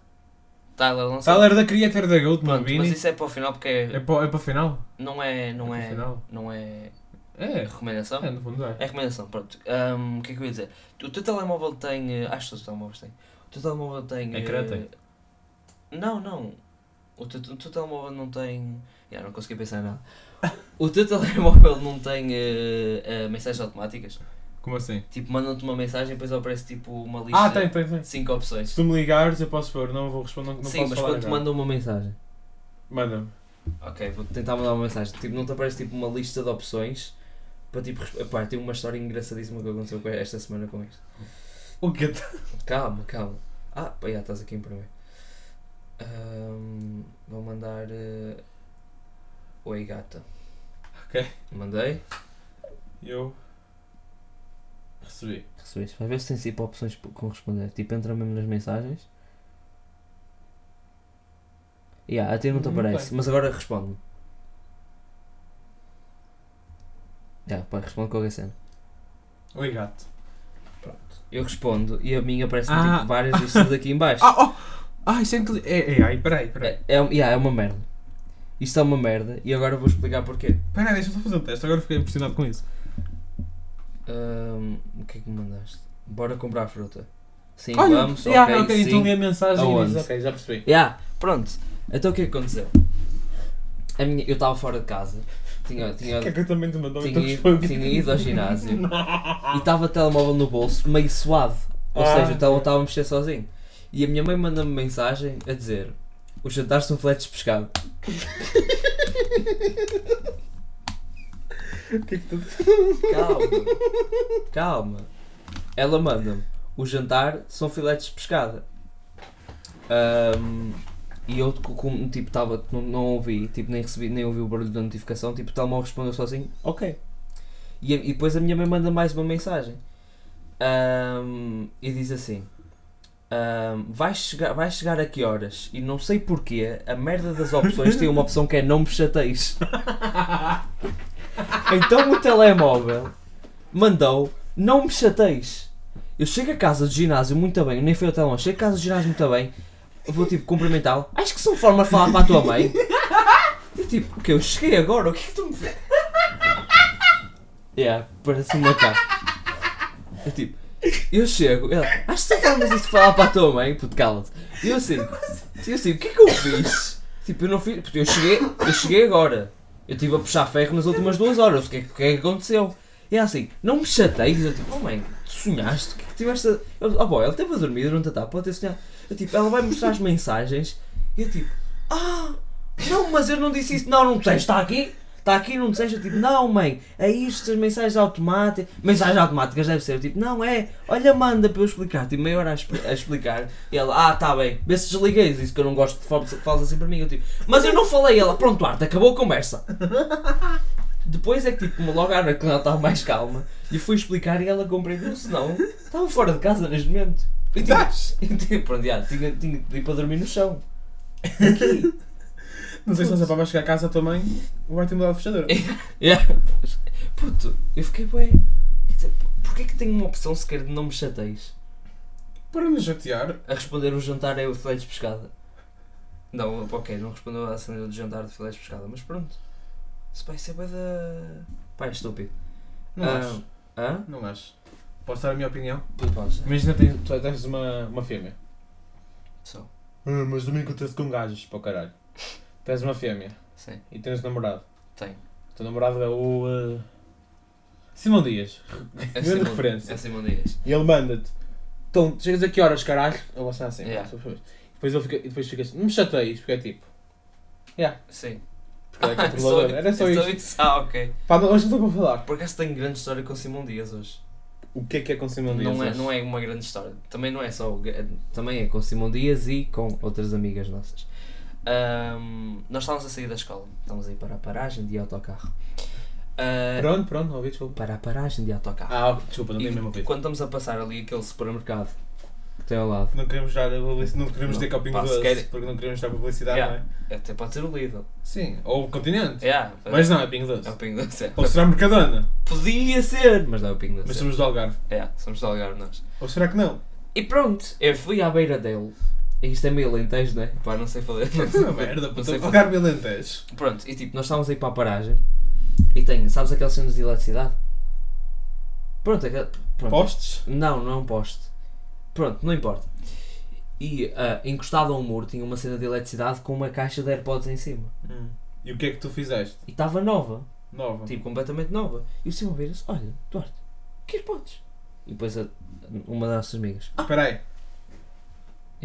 Speaker 1: Tyler, não sei.
Speaker 3: Tyler da Creator da Goat, mano,
Speaker 1: Pronto, mas
Speaker 3: Vini.
Speaker 1: isso é para o final porque
Speaker 3: É
Speaker 1: é-
Speaker 3: para, é para final?
Speaker 1: não é. Não
Speaker 3: É para o
Speaker 1: é.
Speaker 3: final.
Speaker 1: Não é.
Speaker 3: É.
Speaker 1: Recomendação?
Speaker 3: É, no fundo é.
Speaker 1: É recomendação, pronto. Ahm, o que é que eu ia dizer? O teu telemóvel tem. eh, Acho que os telemóveis têm. O teu telemóvel tem.
Speaker 3: Ecrã
Speaker 1: eh,
Speaker 3: tem?
Speaker 1: Não, não. O teu, o teu telemóvel não tem. Já, não consegui pensar em nada. O teu telemóvel não tem eh, eh, mensagens automáticas?
Speaker 3: Como assim?
Speaker 1: Tipo, mandam-te uma mensagem e depois aparece tipo uma lista
Speaker 2: Ah, tem, tem, tem.
Speaker 1: de 5 opções.
Speaker 2: Se tu me ligares, eu posso ver, não vou responder, não
Speaker 1: Sim,
Speaker 2: posso
Speaker 1: mas
Speaker 2: falar
Speaker 1: quando te
Speaker 2: agora.
Speaker 1: mandam uma mensagem.
Speaker 2: Manda-me.
Speaker 1: Ok, vou tentar mandar uma mensagem. Tipo, não te aparece tipo uma lista de opções para tipo. resp- Epá, tem uma história engraçadíssima que aconteceu com- esta semana com isto.
Speaker 2: O
Speaker 3: é
Speaker 2: que
Speaker 3: tá-
Speaker 1: Calma, calma. Ah, pá, já estás aqui em primeiro. Ahm, vou mandar. eh, Oi, gata.
Speaker 3: Ok.
Speaker 1: Mandei.
Speaker 3: Eu. Recebi.
Speaker 1: Recebeste. Vai ver se tens tipo opções p- com responder. Tipo, entra mesmo nas mensagens. Yeah, a ti não te
Speaker 3: Não
Speaker 1: aparece,
Speaker 3: tem.
Speaker 1: mas agora responde-me. Já, pá, responde qualquer cena.
Speaker 3: Oi, gato.
Speaker 1: Eu respondo e a minha aparece
Speaker 3: Ah.
Speaker 1: tipo várias listas aqui em baixo.
Speaker 3: Ah, oh! Ah, isso é incrível. É, é, ai, peraí, peraí.
Speaker 1: É, é, um- yeah, é uma merda. Isto é uma merda e agora vou explicar porquê.
Speaker 3: Peraí, deixa eu só fazer um teste, agora fiquei impressionado com isso.
Speaker 1: Ahm, o que é que me mandaste? Bora comprar fruta. Sim,
Speaker 3: Olha, é,
Speaker 1: vamos,
Speaker 2: Yeah,
Speaker 1: ok,
Speaker 2: ok,
Speaker 1: sim.
Speaker 2: então lê a mensagem e
Speaker 1: Aonde?
Speaker 2: diz, ok, já percebi.
Speaker 1: Yeah, pronto. Então o que é que aconteceu? A minha, eu estava fora de casa, tinha, tinha,
Speaker 2: O que é que eu também te mandou?
Speaker 1: tinha,
Speaker 2: Então
Speaker 1: ido,
Speaker 2: respondi.
Speaker 1: tinha ido ao ginásio e estava o telemóvel no bolso, meio suado. Ou
Speaker 2: Ah.
Speaker 1: seja, o telemóvel estava a mexer sozinho. E a minha mãe manda-me mensagem a dizer: Os jantares são fletes de pescado.
Speaker 2: O que é que tu-
Speaker 1: Calma, calma. Ela manda-me: O jantar são filetes de pescada. Ahm, e eu, co- como tipo, tava, não, não ouvi, tipo, nem, recebi, nem ouvi o barulho da notificação, tipo, o telemóvel respondeu sozinho.
Speaker 2: Ok.
Speaker 1: E, e depois a minha mãe manda mais uma mensagem. Ahm, e diz assim: ahm, vai, chegar, vai chegar a que horas? E não sei porquê, a merda das opções tem uma opção que é não me chateis. então o telemóvel mandou não me chateis. Eu chego a casa do ginásio muito bem, eu nem fui ao telemóvel, chego a casa do ginásio muito bem, vou tipo cumprimentá-lo. Acho que são formas de falar para a tua mãe. Eu tipo, o que eu cheguei agora? O que é que tu me Yeah, parece um macaco. Eu tipo, eu chego, ela, acho que tu falas isso de falar para a tua mãe, puto, cala-te. E eu assim, eu assim, o que é que eu fiz? Tipo, eu não fiz, puto, eu cheguei, eu cheguei agora. Eu estive a puxar ferro nas últimas duas horas, o que é que, o que é que aconteceu? E ela assim, não me chateis, eu tipo, oh mãe, tu sonhaste, o que é que tiveste a... Eu, oh boy, ela esteve a dormir durante a tarde, pode ter sonhado. Eu tipo, ela vai mostrar as mensagens, e eu tipo, ah, não, mas eu não disse isso, não, não tens, está aqui? Está aqui não seja tipo, não mãe, é isto, as mensagens automáticas, mensagens automáticas deve ser, tipo, não é, olha manda para eu explicar, tipo, meia hora a, expli- a explicar, e ela, ah tá bem, vê se desligueis isso que eu não gosto de fal- falas assim para mim, eu tipo, mas eu não falei, ela, pronto Arte, acabou a conversa. Depois é que tipo, logo à noite quando ela estava mais calma, e fui explicar e ela compreendeu, senão, estava fora de casa neste momento. E tipo, e, tipo, pronto, já, tinha, tinha de ir para dormir no chão. Aqui.
Speaker 3: Não sei se você vai chegar a casa a tua mãe vai ter mudado a fechadura.
Speaker 1: É. Yeah. Puto, eu fiquei bué. Quer dizer, porquê que tem uma opção sequer de não me chateis?
Speaker 3: Para nos chatear.
Speaker 1: A responder o jantar é o filé de pescada. Não, ok, não respondeu a cena do jantar de filé de pescada, mas pronto. Se vai ser bué da. Pai, estúpido.
Speaker 3: Não
Speaker 1: Ah,
Speaker 3: acho.
Speaker 1: Hã?
Speaker 3: Não acho. Posso dar a minha opinião?
Speaker 1: Puto, pausa.
Speaker 2: Imagina tens, tu tens uma, uma fêmea.
Speaker 1: Só.
Speaker 2: Ah, mas também acontece com gajos, para o caralho. Tens uma fêmea
Speaker 1: Sim,
Speaker 2: e tens um namorado.
Speaker 1: tenho.
Speaker 2: O teu namorado é o. ah, Simão Dias. Grande
Speaker 1: Simão-
Speaker 2: referência.
Speaker 1: É Simão Dias.
Speaker 2: E ele manda-te. Então, chegas a que horas, caralho? Eu vou estar assim.
Speaker 1: Yeah.
Speaker 2: só para ver. Depois ele fica, e depois fica assim, não me chateias, porque é tipo.
Speaker 1: Sim.
Speaker 2: Porque ele é
Speaker 1: Ah,
Speaker 2: controlador.
Speaker 1: só-
Speaker 2: Era só
Speaker 1: é
Speaker 2: isto.
Speaker 1: Ah, ok.
Speaker 2: Pá, não- hoje não estou para falar.
Speaker 1: Por acaso tenho grande história com Simão Dias hoje.
Speaker 2: O que é que é com Simão Dias?
Speaker 1: Não é, não é uma grande história. Também não é só. o ga- Também é com Simão Dias e com outras amigas nossas. Ahm, nós estávamos a sair da escola. Estávamos a ir para a paragem de autocarro. Ah,
Speaker 2: Pronto, pronto, ouvi, desculpa.
Speaker 1: para a paragem de autocarro.
Speaker 2: Ah, ok, desculpa, não
Speaker 1: e
Speaker 2: tenho mesmo ouvido.
Speaker 1: quando estamos a passar ali aquele supermercado que tem ao lado.
Speaker 3: Não queremos dar a publicidade, não queremos
Speaker 1: Não,
Speaker 3: ter copinho
Speaker 1: pá, se
Speaker 3: doce,
Speaker 1: quer-
Speaker 3: porque não queremos dar publicidade,
Speaker 1: Yeah.
Speaker 3: não é?
Speaker 1: Até pode ser o Lidl.
Speaker 3: Sim, ou o continente.
Speaker 1: Yeah,
Speaker 3: Mas não, é pingo doce.
Speaker 1: é o Pingo Doce. é.
Speaker 3: Ou será Mercadona?
Speaker 1: Podia ser, mas não é o Pingo Doce.
Speaker 3: Mas somos do Algarve.
Speaker 1: Yeah, somos de Algarve nós.
Speaker 3: Ou será que não?
Speaker 1: E pronto, eu fui à beira dele. Isto é meio lentejo, não é? Pá, não sei falar.
Speaker 3: É uma merda,
Speaker 1: não
Speaker 3: puta.
Speaker 1: sei
Speaker 3: O
Speaker 1: fazer.
Speaker 3: Algarve e Alentejo.
Speaker 1: Pronto, e tipo, nós estávamos a ir para a paragem e tem, sabes aquelas cenas de eletricidade? Pronto, aquela, pronto.
Speaker 3: Postes?
Speaker 1: Não, não é um poste. Pronto, não importa. E ah, encostado a um muro tinha uma cena de eletricidade com uma caixa de AirPods em cima.
Speaker 3: E o que é que tu fizeste?
Speaker 1: E estava nova,
Speaker 3: Nova.
Speaker 1: tipo, completamente nova. E o Simão vira-se: Olha, Duarte, que podes? E depois a- uma das nossas amigas:
Speaker 3: Espera aí.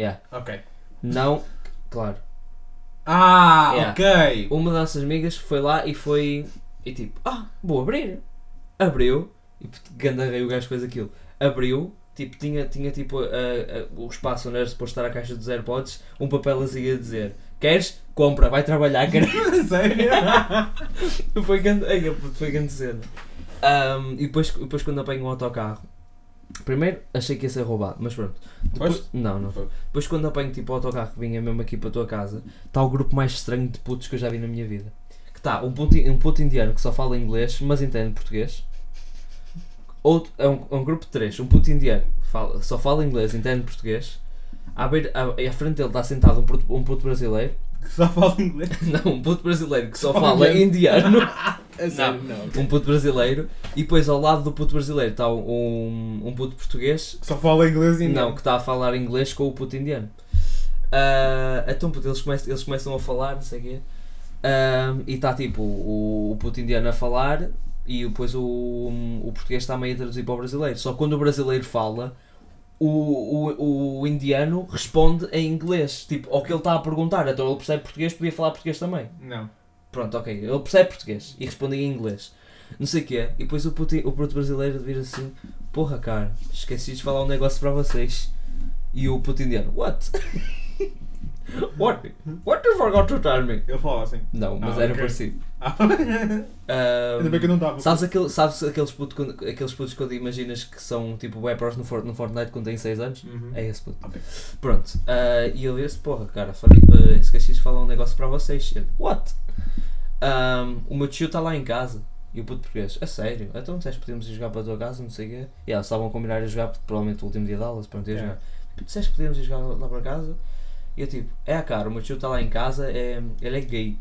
Speaker 1: Yeah.
Speaker 3: Ok.
Speaker 1: Não, claro.
Speaker 3: Ah,
Speaker 1: Yeah.
Speaker 3: ok.
Speaker 1: Uma das nossas amigas foi lá e foi. E tipo, ah, vou abrir. Abriu. E gandarrei o gajo fez aquilo. Abriu. Tipo, tinha, tinha tipo a- a- o espaço onde era suposto estar a caixa dos AirPods, um papelzinho a dizer: Queres? Compra, vai trabalhar, cara.
Speaker 3: Sério?
Speaker 1: foi grande, ai, é, puto, foi grande cena. Ahm, e depois, depois quando apanho um autocarro, primeiro achei que ia ser roubado, mas pronto. Depois,
Speaker 3: Foste?
Speaker 1: não, não foi. Depois quando apanho tipo o autocarro que vinha mesmo aqui para a tua casa, está o grupo mais estranho de putos que eu já vi na minha vida. Que está um puto, um puto indiano que só fala inglês, mas entende português. Outro, é, um, é um grupo de três, um puto indiano que fala- só fala inglês, entende português. À, beira- à- e à frente dele está sentado um puto- um puto brasileiro.
Speaker 3: Que só fala inglês.
Speaker 1: Não, um puto brasileiro que só
Speaker 3: Só
Speaker 1: fala
Speaker 3: indiano.
Speaker 1: indiano
Speaker 2: É sério, não.
Speaker 1: um puto brasileiro e depois ao lado do puto brasileiro está um, um puto português
Speaker 3: Que só fala inglês e
Speaker 2: é.
Speaker 1: não, que está a falar inglês com o puto indiano Ah, então puto, eles, começam, eles começam a falar não sei o quê Ah, e está tipo o, o puto indiano a falar e depois o, o português está meio a traduzir para o brasileiro só que quando o brasileiro fala o, o, o indiano responde em inglês, tipo, ao que ele está a perguntar, então ele percebe português, podia falar português também.
Speaker 3: Não.
Speaker 1: Pronto, ok. Ele percebe português e responde em inglês. Não sei o que é. E depois o puto, o puto brasileiro vira assim: Porra, cara, esqueci de falar um negócio para vocês. E o puto indiano: What? What? What you forgot to tell me?
Speaker 3: Ele fala assim.
Speaker 1: Não, mas
Speaker 3: Ah,
Speaker 1: era
Speaker 3: ok.
Speaker 1: parecido.
Speaker 3: Ah,
Speaker 1: Ahm,
Speaker 3: Ainda bem que eu não estava.
Speaker 1: Sabes, aquele, sabes aqueles, puto, quando- aqueles putos quando imaginas que são tipo web pros no, Fort- no Fortnite quando têm 6 anos?
Speaker 3: Uhum.
Speaker 1: É esse puto.
Speaker 3: Ok.
Speaker 1: Pronto. ah, e ele disse, porra, cara, falei, ah, esqueci de falar um negócio para vocês. Ele, what? Ahm, o meu tio está lá em casa. E o puto português, a sério? Então disseste que podíamos ir jogar para a tua casa, não sei o quê. E eles estavam a combinar a jogar, porque provavelmente o último dia de aulas, pronto, ia
Speaker 3: É.
Speaker 1: jogar. Disseste que podíamos ir jogar lá para casa? E eu tipo, é a cara, o meu tio está lá em casa, é, ele é gay.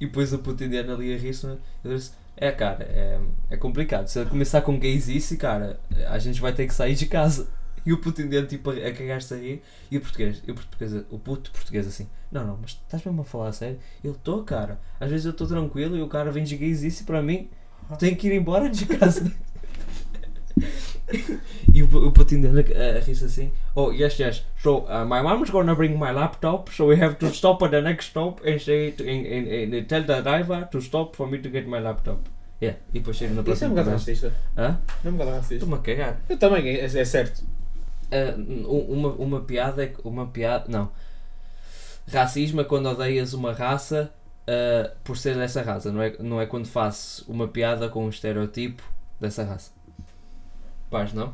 Speaker 1: E depois o puto indiano ali a rir-se, né? eu disse, é cara, é, é complicado. Se ele começar com gays isso, cara, a gente vai ter que sair de casa. E o puto indiano tipo a, a cagar-se a rir. E o português, e o, português, o puto português assim, não, não, mas estás mesmo a falar a sério? Eu estou, cara. Às vezes eu estou tranquilo e o cara vem de gays isso para mim,
Speaker 2: Ah.
Speaker 1: tenho que ir embora de casa. E o, o puto indiano a, a rir-se assim, oh yes, yes, so uh, my mom's gonna bring my laptop, so we have to stop at the next stop and say, to, and, and, and tell the driver to stop for me to get my laptop. Yeah, e depois chego na
Speaker 2: Isso é um
Speaker 1: próxima
Speaker 2: bocado
Speaker 1: conversa.
Speaker 2: racista.
Speaker 1: Hã?
Speaker 2: Não é um bocado racista.
Speaker 1: Estou-me a cagar.
Speaker 2: Eu também, é, é certo.
Speaker 1: Ah, um- uma, uma piada é que- uma piada não racismo é quando odeias uma raça ah, por ser dessa raça não é não é quando fazes uma piada com um estereotipo dessa raça paz não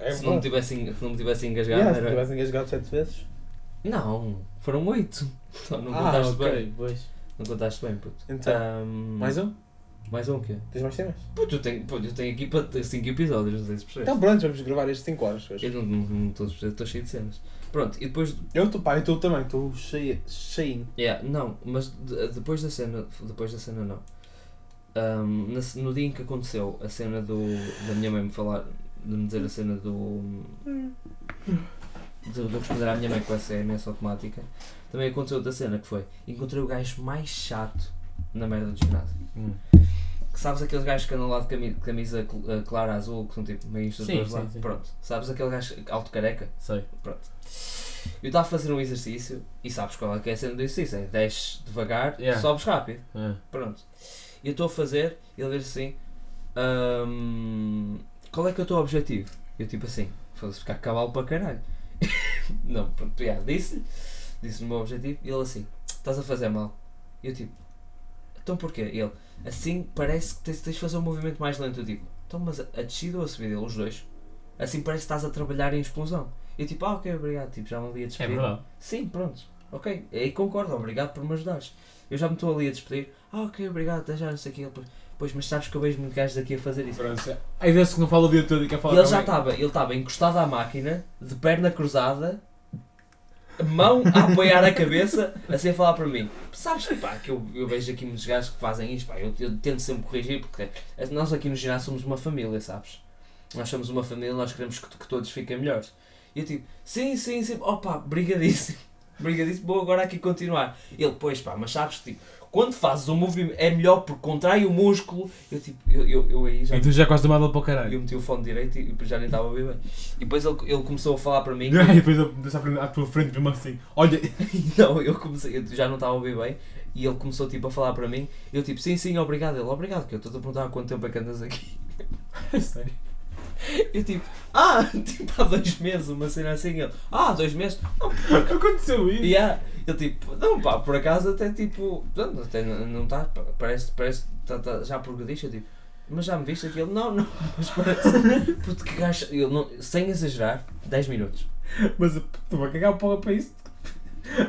Speaker 2: É
Speaker 1: se não me
Speaker 2: verdade.
Speaker 1: tivessem se não me tivessem engasgado
Speaker 2: Yeah, se
Speaker 1: era-
Speaker 2: tivessem engasgado sete vezes.
Speaker 1: não foram oito Então, não
Speaker 2: ah,
Speaker 1: contaste bem Ah, hum.
Speaker 2: ok, pois.
Speaker 1: não contaste bem puto
Speaker 2: Então,
Speaker 1: Ahm,
Speaker 2: Mais um?
Speaker 1: mais um o quê
Speaker 2: Tens mais temas?
Speaker 1: puto eu tenho puto, eu tenho aqui para cinco episódios não sei se percebes
Speaker 2: Então pronto, vamos gravar estes 5 horas hoje.
Speaker 1: eu não- não não estou a perceber, estou cheio de cenas pronto e depois
Speaker 2: Eu estou, pá, eu estou também, estou cheio, cheio.
Speaker 1: Yeah, não, mas de- depois da cena, depois da cena não. Ahm, na ce- no dia em que aconteceu a cena do da minha mãe me falar, de me dizer a cena do de, de eu responder à minha mãe com a SMS automática, também aconteceu outra cena que foi encontrei o gajo mais chato na merda do ginásio.
Speaker 3: Hum.
Speaker 1: Que sabes aqueles gajos que andam lá de cami- camisa, cl- eh, clara azul, que são tipo meio instrutores
Speaker 3: Sim,
Speaker 1: lá?
Speaker 3: sim, sim.
Speaker 1: Pronto, sabes aquele gajo alto careca?
Speaker 3: Sei.
Speaker 1: Pronto. Eu estava a fazer um exercício e sabes qual é que é a cena do exercício? É desce devagar,
Speaker 3: Yeah.
Speaker 1: sobes rápido.
Speaker 3: É.
Speaker 1: Pronto. E eu estou a fazer, ele diz assim: "Hum, Qual é que é o teu objetivo? Eu tipo assim: Foda-se ficar cavalo para caralho. Não, pronto, yeah, disse-lhe, disse-me o meu objetivo e ele assim: Estás a fazer mal. E eu tipo: Então porquê? E ele: Assim parece que tens, tens de fazer um movimento mais lento. Eu digo: Então, mas a, a descida ou a subida? Ele, os dois. Assim parece que estás a trabalhar em explosão. Eu tipo: Ah, ok, obrigado. Tipo, já me ali a
Speaker 3: É
Speaker 1: despedir.
Speaker 3: verdade.
Speaker 1: Sim, pronto. Ok, aí concordo, obrigado por me ajudares. Eu já me estou ali a despedir. Ah, ok, obrigado, até já, não sei o que. Ele, pois, mas sabes que eu vejo muito gajos aqui a fazer isso.
Speaker 3: França. Aí vezes que não fala o dia todo e quer
Speaker 1: E
Speaker 3: falar
Speaker 1: ele já
Speaker 3: com alguém.
Speaker 1: estava, ele estava encostado à máquina, de perna cruzada, mão a apoiar a cabeça, assim a falar para mim. Sabes que pá, que eu, eu vejo aqui muitos gajos que fazem isto, pá, eu, eu tento sempre corrigir, porque nós aqui no ginásio somos uma família, sabes? Nós somos uma família, nós queremos que, que todos fiquem melhores. E eu tipo, sim, sim, sim, opa, brigadíssimo. Obrigadíssimo, vou agora aqui continuar. Ele, pois pá, mas sabes que tipo, quando fazes um movimento é melhor porque contrai o músculo. Eu tipo, eu, eu, eu
Speaker 2: tá.
Speaker 1: aí já.
Speaker 3: E tu já é quase tomava para o
Speaker 1: Eu
Speaker 3: caralho.
Speaker 1: meti o fone direito e depois já nem estava a ouvir bem. E depois ele, ele começou a falar para mim.
Speaker 3: E depois eu deixo à frente- à tua frente mesmo assim. Olha,
Speaker 1: Não, Então, eu comecei, eu já não estava a ouvir bem e ele começou tipo a falar para mim. Eu tipo, sim, sim, obrigado. Ele, obrigado, que eu estou a perguntar há quanto tempo é que andas aqui.
Speaker 3: sério.
Speaker 1: Eu tipo, ah, tipo há dois meses, uma cena assim. Ele, ah, dois meses.
Speaker 3: Aconteceu isso.
Speaker 1: E há, eu tipo, não pá, por acaso até tipo, pronto, até n- não está, parece, parece, tá, tá, já progrediste. Eu tipo, mas já me viste aquilo? Não, não, mas parece. Puto que gajo, eu não, sem exagerar, 10 minutos.
Speaker 3: Mas tu vai cagar porra para isso.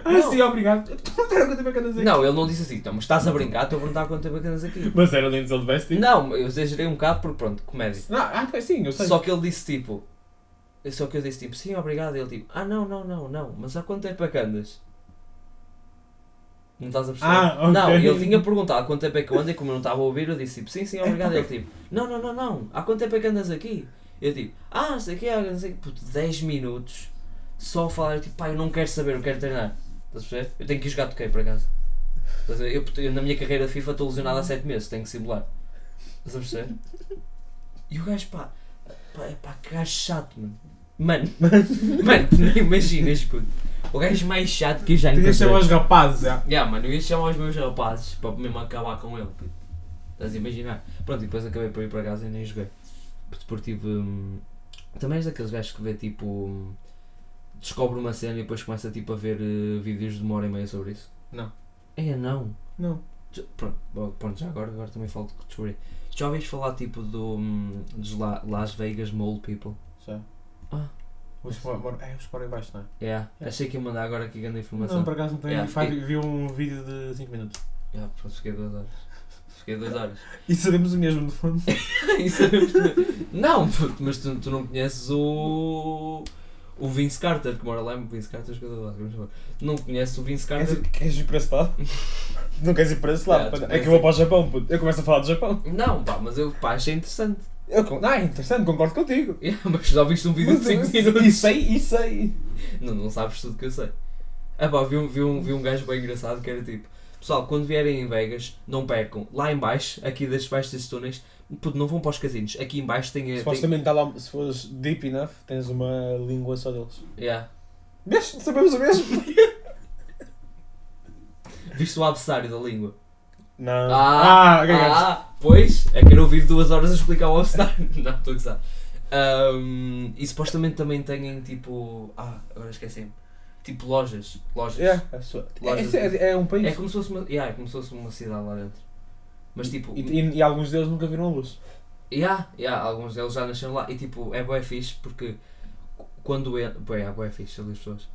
Speaker 3: Ah,
Speaker 1: Não.
Speaker 3: sim, obrigado. Tu não era quanto tempo é que andas aqui.
Speaker 1: Não, ele não disse assim, então, mas estás a brincar, estou a perguntar há quanto tempo é que andas aqui.
Speaker 3: Mas era dentro de Best.
Speaker 1: Não, eu exagerei um bocado porque pronto, comédia.
Speaker 3: Não, tipo? ah, pois sim, eu sei.
Speaker 1: Só que ele disse tipo. Só que eu disse tipo, sim, obrigado. E ele tipo, ah não, não, não, não, mas há quanto tempo é que andas? Não estás a perceber?
Speaker 3: Ah, ok.
Speaker 1: Não, ele tinha perguntado há quanto tempo é que eu ando e como eu não estava a ouvir, eu disse tipo, sim, sim, obrigado. E ele tipo, não, não, não, não, há quanto tempo é que andas aqui? Eu tipo, ah, não sei o que, não sei o quê." Puto, 10 minutos só a falar, eu tipo, pá, eu não quero saber, eu quero treinar. Estás a perceber? Eu tenho que ir jogar toquei para casa. Estás a ver? Eu, eu, na minha carreira de FIFA estou lesionado há 7 meses, tenho que simular. Estás a perceber? E o gajo, pá, pá, é pá, que gajo chato, mano. Mano, mano, tu nem imaginas, puto. O gajo mais chato que eu já
Speaker 3: Tinha
Speaker 1: encontrei.
Speaker 3: chamar os rapazes, já.
Speaker 1: Yeah, mano, eu ia chamar os meus rapazes para mesmo acabar com ele. puto. Estás a imaginar? Pronto, e depois acabei por ir para casa e nem joguei. Porque depois tive. hum, também és daqueles gajos que vê tipo. hum, descobre uma cena e depois começa tipo a ver eh, vídeos de uma hora e meia sobre isso.
Speaker 3: Não.
Speaker 1: É, não.
Speaker 3: Não.
Speaker 1: Tu- Pronto, bom, pronto já agora, agora também falo de que descobri. Já ouviste falar tipo do, hum, dos La- Las Vegas Mole People?
Speaker 3: Já.
Speaker 1: Ah.
Speaker 3: Os por- por- é, os por aí embaixo, não é?
Speaker 1: Yeah.
Speaker 3: Yeah.
Speaker 1: Achei que ia mandar agora aqui grande informação.
Speaker 3: Não, por acaso não tenho.
Speaker 1: Yeah,
Speaker 3: Faz-
Speaker 1: fiquei-
Speaker 3: Vi um vídeo de 5 minutos.
Speaker 1: Yeah, pronto, fiquei duas horas. Fiquei duas horas.
Speaker 3: E sabemos o mesmo, de fundo.
Speaker 1: Isso é mesmo que- Não, puto, mas tu, tu não conheces o. O Vince Carter, que mora lá, o Vince Carter é jogador lá, vamos falar. Não conheces o Vince
Speaker 2: Queres
Speaker 1: Carter.
Speaker 2: ir- Queres ir para esse lado? Não queres ir para esse
Speaker 1: Ah,
Speaker 2: lado?
Speaker 1: tu
Speaker 2: É que eu vou para o Japão, puto. Eu começo a falar do Japão.
Speaker 1: Não, pá, mas eu pá, achei interessante.
Speaker 2: Eu, con- ah, é interessante, concordo contigo.
Speaker 1: Yeah, mas já viste um vídeo de 5
Speaker 2: Mas-
Speaker 1: minutos. É,
Speaker 2: E sei, e sei.
Speaker 1: Não, não sabes tudo que eu sei. Ah pá, vi um, vi, um, vi um gajo bem engraçado que era tipo: Pessoal, quando vierem em Vegas, não percam. Lá em baixo, aqui das baixas desses túneis, puto, não vão para os casinos. Aqui em baixo tem. a- tem...
Speaker 2: Supostamente está lá, se fores deep enough, tens uma língua só deles.
Speaker 1: Yeah.
Speaker 2: Vês? Sabemos o mesmo.
Speaker 1: Viste o abecedário da língua.
Speaker 2: Não.
Speaker 1: Ah,
Speaker 2: Ah, cagaste.
Speaker 1: ah, pois, é que eu ouvi duas horas a explicar o obstáculo. não, estou a gozar. Ahm, e supostamente também têm tipo. Ah, agora esqueci-me. Tipo lojas. Lojas.
Speaker 2: Yeah, a sua-
Speaker 1: Lá
Speaker 2: é, é- é- é um país.
Speaker 1: É como se fosse uma. Yeah, é como se fosse uma cidade lá dentro. Mas tipo.
Speaker 2: E, e- e alguns deles nunca viram a luz.
Speaker 1: Yeah, yeah, alguns deles já nasceram lá. E tipo, é bué fixe porque qu- quando é. Bué, é bué fixe ali as pessoas.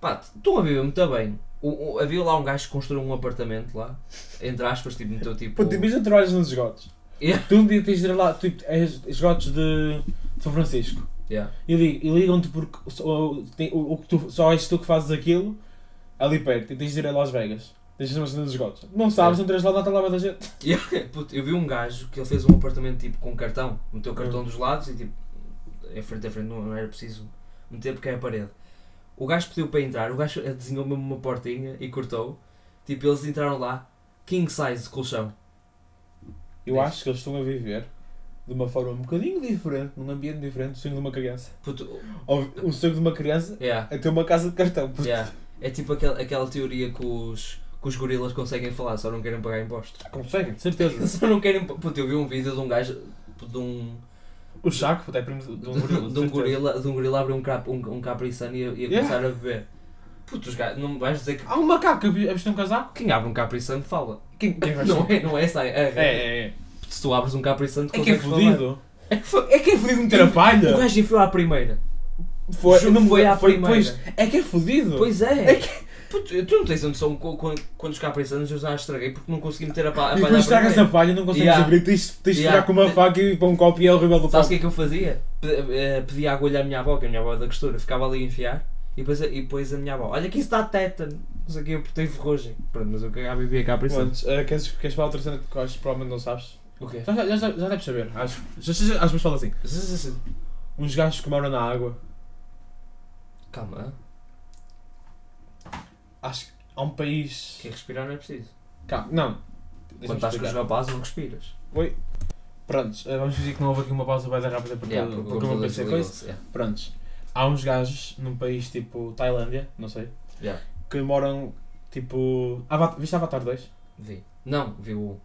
Speaker 1: Pá, t- estão a viver muito bem. O, o- havia lá um gajo que construiu um apartamento lá, entre aspas, tipo, meteu tipo.
Speaker 2: Puto, imagina tu trabalhas nos esgotos.
Speaker 1: Yeah.
Speaker 2: Tu um dia tens de ir lá, tipo, és esgotos de São Francisco.
Speaker 1: Yeah.
Speaker 2: E, li- e ligam-te porque só, tem- o, o que tu, só és tu que fazes aquilo ali perto. E tens de ir a Las Vegas. Tens de ir a uma cena dos esgotos. Não sabes, entras lá, não está lá da gente.
Speaker 1: Puto, eu vi um gajo que ele fez um apartamento tipo com cartão, meteu o cartão dos lados e tipo, em frente a frente, não, não era preciso meter porque é a parede. O gajo pediu para entrar, o gajo desenhou mesmo uma portinha e cortou. Tipo, eles entraram lá, king size de colchão.
Speaker 2: Eu
Speaker 1: Tens.
Speaker 2: acho que eles estão a viver de uma forma um bocadinho diferente, num ambiente diferente, do sonho de uma criança.
Speaker 1: Puto,
Speaker 2: Ou, o sonho de uma criança
Speaker 1: yeah,
Speaker 2: é ter uma casa de cartão. puto.
Speaker 1: yeah. É tipo aquel, aquela teoria que os, que os gorilas conseguem falar, só não querem pagar impostos.
Speaker 2: Conseguem, de certeza.
Speaker 1: Só não querem. pa- Puto, eu vi um vídeo de um gajo, de um,
Speaker 2: O Chaco, puto, é primo de de um
Speaker 1: de
Speaker 2: gorila.
Speaker 1: um
Speaker 2: certeza.
Speaker 1: gorila, de um gorila abrir um, crap, um, um Capri Sun e, e a
Speaker 2: Yeah.
Speaker 1: começar a beber. Puto, os gajos, não me vais dizer que
Speaker 2: Há um macaco a vestir um casaco?
Speaker 1: quem abre um Capri Sun fala.
Speaker 2: Quem, quem vai
Speaker 1: Não
Speaker 2: ser?
Speaker 1: é, não é essa a regra.
Speaker 2: É, é, é.
Speaker 1: Se tu abres um Capri Sun, tu
Speaker 2: É que é
Speaker 1: consegues falar.
Speaker 2: fodido.
Speaker 1: É que foi- é que é fodido meter a
Speaker 2: palha.
Speaker 1: O gajo enfiou à primeira.
Speaker 2: Foi,
Speaker 1: Juro que
Speaker 2: não
Speaker 1: foi à primeira.
Speaker 2: Pois, é que é fodido.
Speaker 1: Pois é.
Speaker 2: É
Speaker 1: Puto, tu não tens a noção co- co- quantos Capri Suns eu já estraguei porque não consegui meter a, pa a palha
Speaker 2: E
Speaker 1: à
Speaker 2: depois estragas
Speaker 1: primeira.
Speaker 2: a palha, não consegues
Speaker 1: Yeah.
Speaker 2: abrir, tens, tens de
Speaker 1: Yeah.
Speaker 2: tirar com uma faca e ir para um copo e é horrível do
Speaker 1: Sabes o
Speaker 2: copo.
Speaker 1: que é que eu fazia? Pe- eh, Pedia a agulha à minha avó, que a minha avó é da costura, ficava ali a enfiar e depois a, e depois a minha avó, olha que isso dá tétano. Não sei o que, eu botei ferrugem. Pronto, mas eu cagava e bebia Capri Sun.
Speaker 2: Antes, eh, queres, queres falar outra cena que acho que provavelmente não sabes?
Speaker 1: O quê?
Speaker 2: Já, já, já, já deves saber, acho. Já, já, já, acho que falam assim. Uns gajos que moram na água
Speaker 1: Calma.
Speaker 2: Acho que há um país.
Speaker 1: Que respirar não é preciso.
Speaker 2: Cá, não.
Speaker 1: Quando
Speaker 2: Deixa-me
Speaker 1: estás com os
Speaker 2: explicar.
Speaker 1: rapazes não respiras.
Speaker 2: Oi. Prontos, eh, vamos dizer que não houve aqui uma pausa bem rápida porque,
Speaker 1: Yeah,
Speaker 2: porque,
Speaker 1: por-
Speaker 2: eu
Speaker 1: por-
Speaker 2: vou
Speaker 1: por-
Speaker 2: pensar
Speaker 1: por-
Speaker 2: coisa.
Speaker 1: yeah.
Speaker 2: Prontos. Há uns gajos num país tipo Tailândia, não sei,
Speaker 1: Yeah.
Speaker 2: que moram tipo. Avatar, viste Avatar 2?
Speaker 1: Vi. Não, vi o um.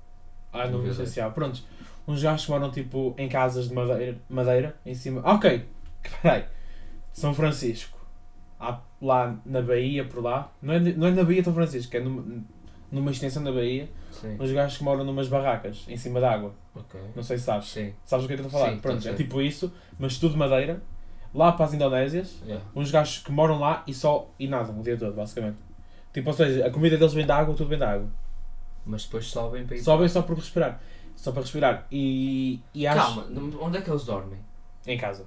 Speaker 2: Ah,
Speaker 1: Não
Speaker 2: não
Speaker 1: vi
Speaker 2: vi
Speaker 1: o dois.
Speaker 2: se há. Prontos. Uns gajos que moram tipo em casas de madeira, madeira em cima. Ah, ok, peraí. São Francisco. Há lá na Bahia, por lá. Não é, não é na Bahia de São Francisco, é numa, numa extensão da Bahia.
Speaker 1: Sim.
Speaker 2: Uns gajos que moram numas barracas em cima d'água.
Speaker 1: Ok.
Speaker 2: Não sei se sabes.
Speaker 1: Sim.
Speaker 2: Sabes o que é que eu estou a falar?
Speaker 1: Sim,
Speaker 2: Pronto,
Speaker 1: estou a
Speaker 2: é
Speaker 1: ver.
Speaker 2: tipo isso, mas tudo madeira. Lá para as Indonésias,
Speaker 1: Yeah.
Speaker 2: uns gajos que moram lá e só e nadam o dia todo, basicamente. Tipo, ou seja, a comida deles vem da água, tudo vem da água.
Speaker 1: Mas depois sobem para ir.
Speaker 2: Sobem só por respirar. Só para respirar. E, e acho.
Speaker 1: Calma, n- onde é que eles dormem?
Speaker 2: Em casa.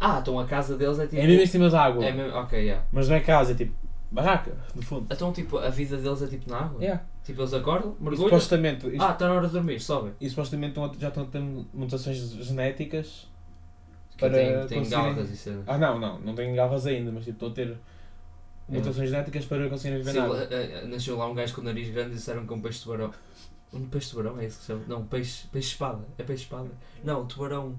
Speaker 1: Ah, então a casa deles é tipo.
Speaker 2: É mesmo em cima da água.
Speaker 1: É mesmo- Ok, yeah.
Speaker 2: Mas não é casa, é tipo barraca, no fundo.
Speaker 1: Então tipo, a vida deles é tipo na água?
Speaker 2: Yeah.
Speaker 1: Tipo, eles acordam,
Speaker 2: E
Speaker 1: mergulham.
Speaker 2: supostamente, e-
Speaker 1: Ah, está na hora de dormir, sobem.
Speaker 2: e supostamente estão a- já estão a ter mutações genéticas.
Speaker 1: Que
Speaker 2: Para
Speaker 1: tem, tem
Speaker 2: conseguirem-
Speaker 1: garras e cenas.
Speaker 2: Ah, não, não, não têm garras ainda, mas tipo, estão a ter mutações genéticas para conseguirem viver
Speaker 1: É. Sim,
Speaker 2: na água.
Speaker 1: lá- eh, eh, nasceu lá um gajo com o nariz grande e disseram que é um peixe tubarão. Um peixe tubarão é isso que se chama? Não, peixe, peixe espada. É peixe espada. Não, tubarão.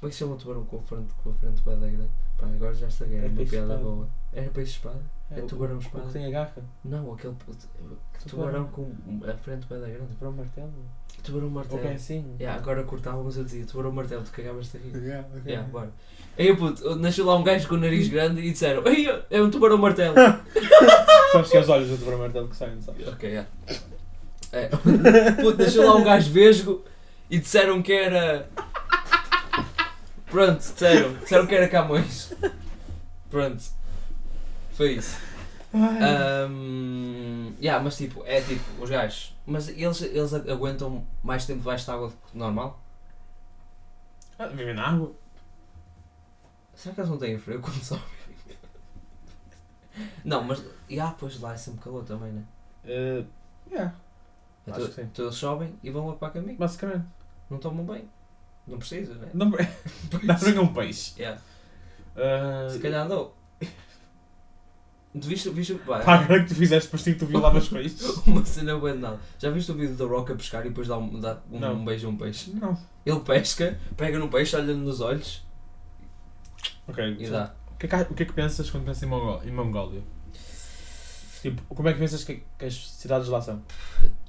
Speaker 1: Como é que se chama o tubarão com a frente, com a frente bada grande? Pá, agora já estraguei, era
Speaker 2: É
Speaker 1: uma
Speaker 2: peixe
Speaker 1: piada
Speaker 2: espada.
Speaker 1: boa. Era peixe espada? É
Speaker 2: o-
Speaker 1: tubarão
Speaker 2: o
Speaker 1: espada.
Speaker 2: que tem a garra.
Speaker 1: Não, aquele puto- tubarão com a frente bada grande.
Speaker 2: Para o martelo?
Speaker 1: Tubarão martelo.
Speaker 2: Ok, sim.
Speaker 1: É. Yeah, agora cortava, mas eu dizia tubarão martelo, tu cagavas de rir.
Speaker 2: Yeah, ok.
Speaker 1: Yeah, bora. Aí puto, nasceu lá um gajo com o nariz grande e disseram: Ei, é um tubarão martelo.
Speaker 2: Sabes que é os olhos do tubarão martelo que saem, não sabes?
Speaker 1: Ok, yeah. é. Puto, deixou lá um gajo vesgo e disseram que era. Pronto, disseram. Disseram que era Camões. Pronto. Foi isso.
Speaker 2: Ah,
Speaker 1: Ahm, yeah, mas tipo, é tipo, os gajos. Mas eles, eles aguentam mais tempo debaixo de água do que normal?
Speaker 2: Ah, Vivem na água.
Speaker 1: Será que eles não têm frio quando sobem? Não, mas. E yeah, pois lá é sempre calor também, né?
Speaker 2: Uh, yeah, Acho
Speaker 1: Então,
Speaker 2: que sim.
Speaker 1: então eles sobem e vão lá para a caminho.
Speaker 2: basicamente.
Speaker 1: Não tomam bem. Não precisa, né?
Speaker 2: Não, não brinca um peixe.
Speaker 1: Yeah.
Speaker 2: Uh,
Speaker 1: Ah, Se calhar dou. Tu viste, viste pá,
Speaker 2: Pá, agora que tu fizeste parecer que tu violavas peixes.
Speaker 1: uma cena bué de nada. Já viste o vídeo da Rock a pescar e depois dá um, dá um,
Speaker 2: Não.
Speaker 1: um beijo a um peixe?
Speaker 2: Não.
Speaker 1: Ele pesca, pega num peixe, olha-lhe nos olhos
Speaker 2: Ok.
Speaker 1: e dá.
Speaker 2: O que, é que, o que é que pensas quando pensas em, Mongó- em Mongólia? Tipo, como é que pensas que, que as cidades lá são?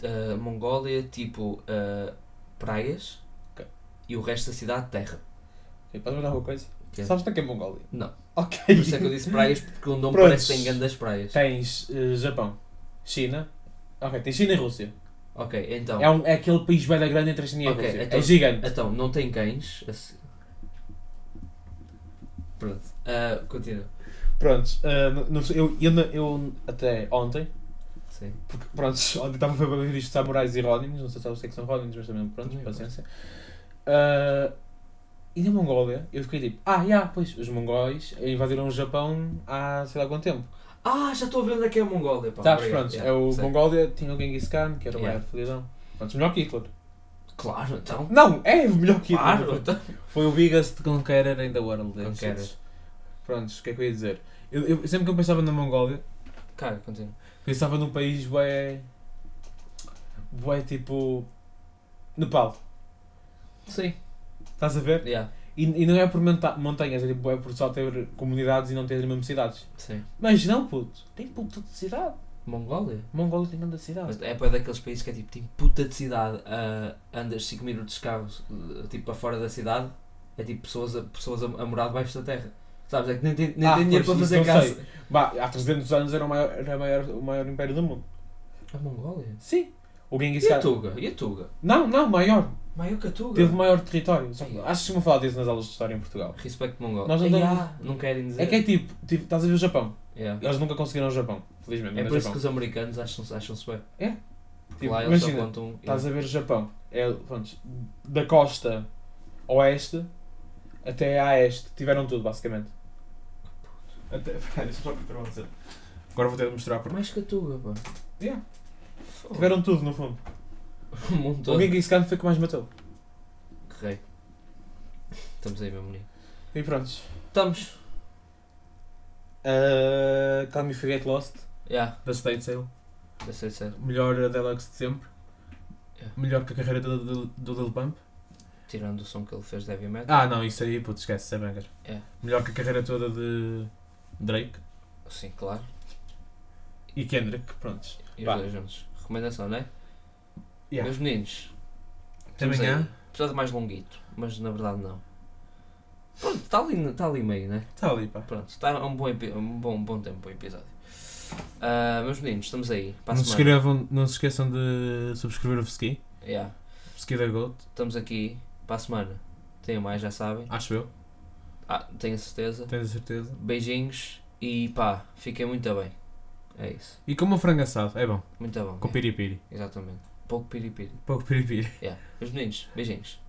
Speaker 1: Ah, Mongólia, tipo ah, praias
Speaker 2: Ok.
Speaker 1: e o resto da cidade, terra.
Speaker 2: Ok, Podes mandar alguma coisa?
Speaker 1: Que é-
Speaker 2: Sabes onde é que é Mongólia?
Speaker 1: Não.
Speaker 2: Ok.
Speaker 1: Por isso é que eu disse praias porque o nome
Speaker 2: Prontos.
Speaker 1: parece que tem grandes praias.
Speaker 2: Tens eh, Japão, China. Ok, tens China e Rússia.
Speaker 1: Ok, então.
Speaker 2: É, um, é aquele país bem grande entre a China e a
Speaker 1: Ok,
Speaker 2: Rússia.
Speaker 1: então-
Speaker 2: é gigante.
Speaker 1: Então, não tem cães. assim- Pronto. Ah, continua.
Speaker 2: Prontos, ah, não- não sei, eu, eu, na- eu até ontem,
Speaker 1: Sim.
Speaker 2: porque prontos, ontem estava a ver isto de samurais e Rónins, não sei se sabes o que é que são Rónins, mas também pronto,
Speaker 1: Não, eu
Speaker 2: paciência. Ah, e na Mongólia, eu fiquei tipo, ah, já, pois, os mongóis invadiram o Japão há sei lá quanto tempo.
Speaker 1: Ah, já estou a ver onde é que é a Mongólia. Pá,
Speaker 2: Sabes,
Speaker 1: Obrigado.
Speaker 2: prontos,
Speaker 1: Yeah,
Speaker 2: é o
Speaker 1: sei.
Speaker 2: Mongólia, tinha o Genghis Khan, que era o
Speaker 1: Yeah.
Speaker 2: maior fodidão. Prontos, melhor que Hitler.
Speaker 1: Claro, então.
Speaker 2: Não, é o melhor que Hitler.
Speaker 1: Claro, então.
Speaker 2: Foi o biggest conqueror in the world.
Speaker 1: Conqueror.
Speaker 2: Prontos, é o que é que eu ia dizer? Eu, eu- sempre que eu pensava na Mongólia,
Speaker 1: Cara, continua.
Speaker 2: Pensava num país bué... Bué tipo... Nepal.
Speaker 1: Sim.
Speaker 2: Estás a ver?
Speaker 1: Yeah,
Speaker 2: E, e não é por monta- montanhas, é tipo bué por só ter comunidades e não ter as mesmas cidades.
Speaker 1: sim.
Speaker 2: Mas não, puto. Tem puto de cidade.
Speaker 1: Mongólia?
Speaker 2: Mongólia tem grande cidade.
Speaker 1: Mas é para daqueles países que é tipo, tem puta de cidade, ah, andas 5 minutos de carro, ah, tipo, para fora da cidade, é tipo pessoas a, pessoas a, a morar debaixo da terra. Sabes, é que nem tem, nem
Speaker 2: Ah,
Speaker 1: tem dinheiro para
Speaker 2: pois,
Speaker 1: fazer
Speaker 2: isso não
Speaker 1: casa.
Speaker 2: Bah, há 300 anos era o maior, era o maior, o maior império do mundo.
Speaker 1: A É Mongólia?
Speaker 2: Sim. O Genghis
Speaker 1: E a
Speaker 2: Khan...
Speaker 1: Tuga? E a Tuga?
Speaker 2: Não, não, maior.
Speaker 1: Maior que a Tuga?
Speaker 2: Teve maior território. Só-
Speaker 1: Sim.
Speaker 2: acho que me falar disso nas aulas de história em Portugal.
Speaker 1: Respect Mongólia.
Speaker 2: Nós não
Speaker 1: Ei,
Speaker 2: damos-
Speaker 1: ah, não querem dizer.
Speaker 2: É que é tipo, tipo, estás a ver o Japão.
Speaker 1: Yeah.
Speaker 2: Eles nunca conseguiram o Japão, felizmente.
Speaker 1: É
Speaker 2: mas
Speaker 1: por
Speaker 2: o
Speaker 1: isso que
Speaker 2: Japão.
Speaker 1: os americanos acham-se acham bem.
Speaker 2: É.
Speaker 1: Porque
Speaker 2: Tipo,
Speaker 1: lá eles
Speaker 2: imagina,
Speaker 1: só contam.
Speaker 2: Estás a ver o Japão. É, pronto, da costa oeste até a este. Tiveram tudo, basicamente. Até, peraí, deixa eu só continuar a dizer. Agora vou ter de mostrar porque...
Speaker 1: Mais que a Tuga, pá.
Speaker 2: Yeah.
Speaker 1: Fogo.
Speaker 2: Tiveram tudo, no fundo.
Speaker 1: Um mundo
Speaker 2: O
Speaker 1: todo.
Speaker 2: Genghis Khan foi o que mais matou.
Speaker 1: Que rei. Estamos aí, meu menino.
Speaker 2: E pronto.
Speaker 1: Estamos. Ah,
Speaker 2: Uh, Call Me If You Get Lost.
Speaker 1: Yeah,
Speaker 2: da State Sale.
Speaker 1: eu sei, sei.
Speaker 2: Melhor Deluxe de sempre.
Speaker 1: Yeah.
Speaker 2: Melhor que a carreira do, do, do Lil Pump.
Speaker 1: Tirando o som que ele fez de heavy metal.
Speaker 2: Ah, não, isso aí, puto, esquece, isso é banger.
Speaker 1: Yeah.
Speaker 2: Melhor que a carreira toda de Drake
Speaker 1: Sim, claro.
Speaker 2: e Kendrick, prontos.
Speaker 1: E
Speaker 4: Vá.
Speaker 1: os dois juntos. Recomendação, não é?
Speaker 2: Yeah.
Speaker 1: Meus meninos,
Speaker 2: Também
Speaker 1: Temos aí.
Speaker 2: há.
Speaker 1: episódio mais longuito, mas na verdade não. Pronto, está ali, tá ali meio, né?
Speaker 2: Está ali, pá.
Speaker 1: Pronto, está um bom, epi- um bom, bom tempo o episódio. Ah, meus meninos, estamos aí. Para a
Speaker 2: Não se,
Speaker 1: semana.
Speaker 2: inscrevam- não se esqueçam de subscrever o Ski.
Speaker 1: Yeah,
Speaker 2: Ski da Gold,
Speaker 1: Estamos aqui para a semana. Tenham mais, já sabem.
Speaker 2: acho eu.
Speaker 1: Ah, tenho a certeza.
Speaker 2: Tenho a certeza.
Speaker 1: Beijinhos e pá, fiquem muito bem. É isso.
Speaker 2: E como o frango assado, é bom.
Speaker 1: Muito bom.
Speaker 2: Com
Speaker 1: é.
Speaker 2: piripiri.
Speaker 1: Exatamente. Pouco piripiri.
Speaker 2: Pouco piripiri.
Speaker 1: Yeah. Meus meninos, beijinhos.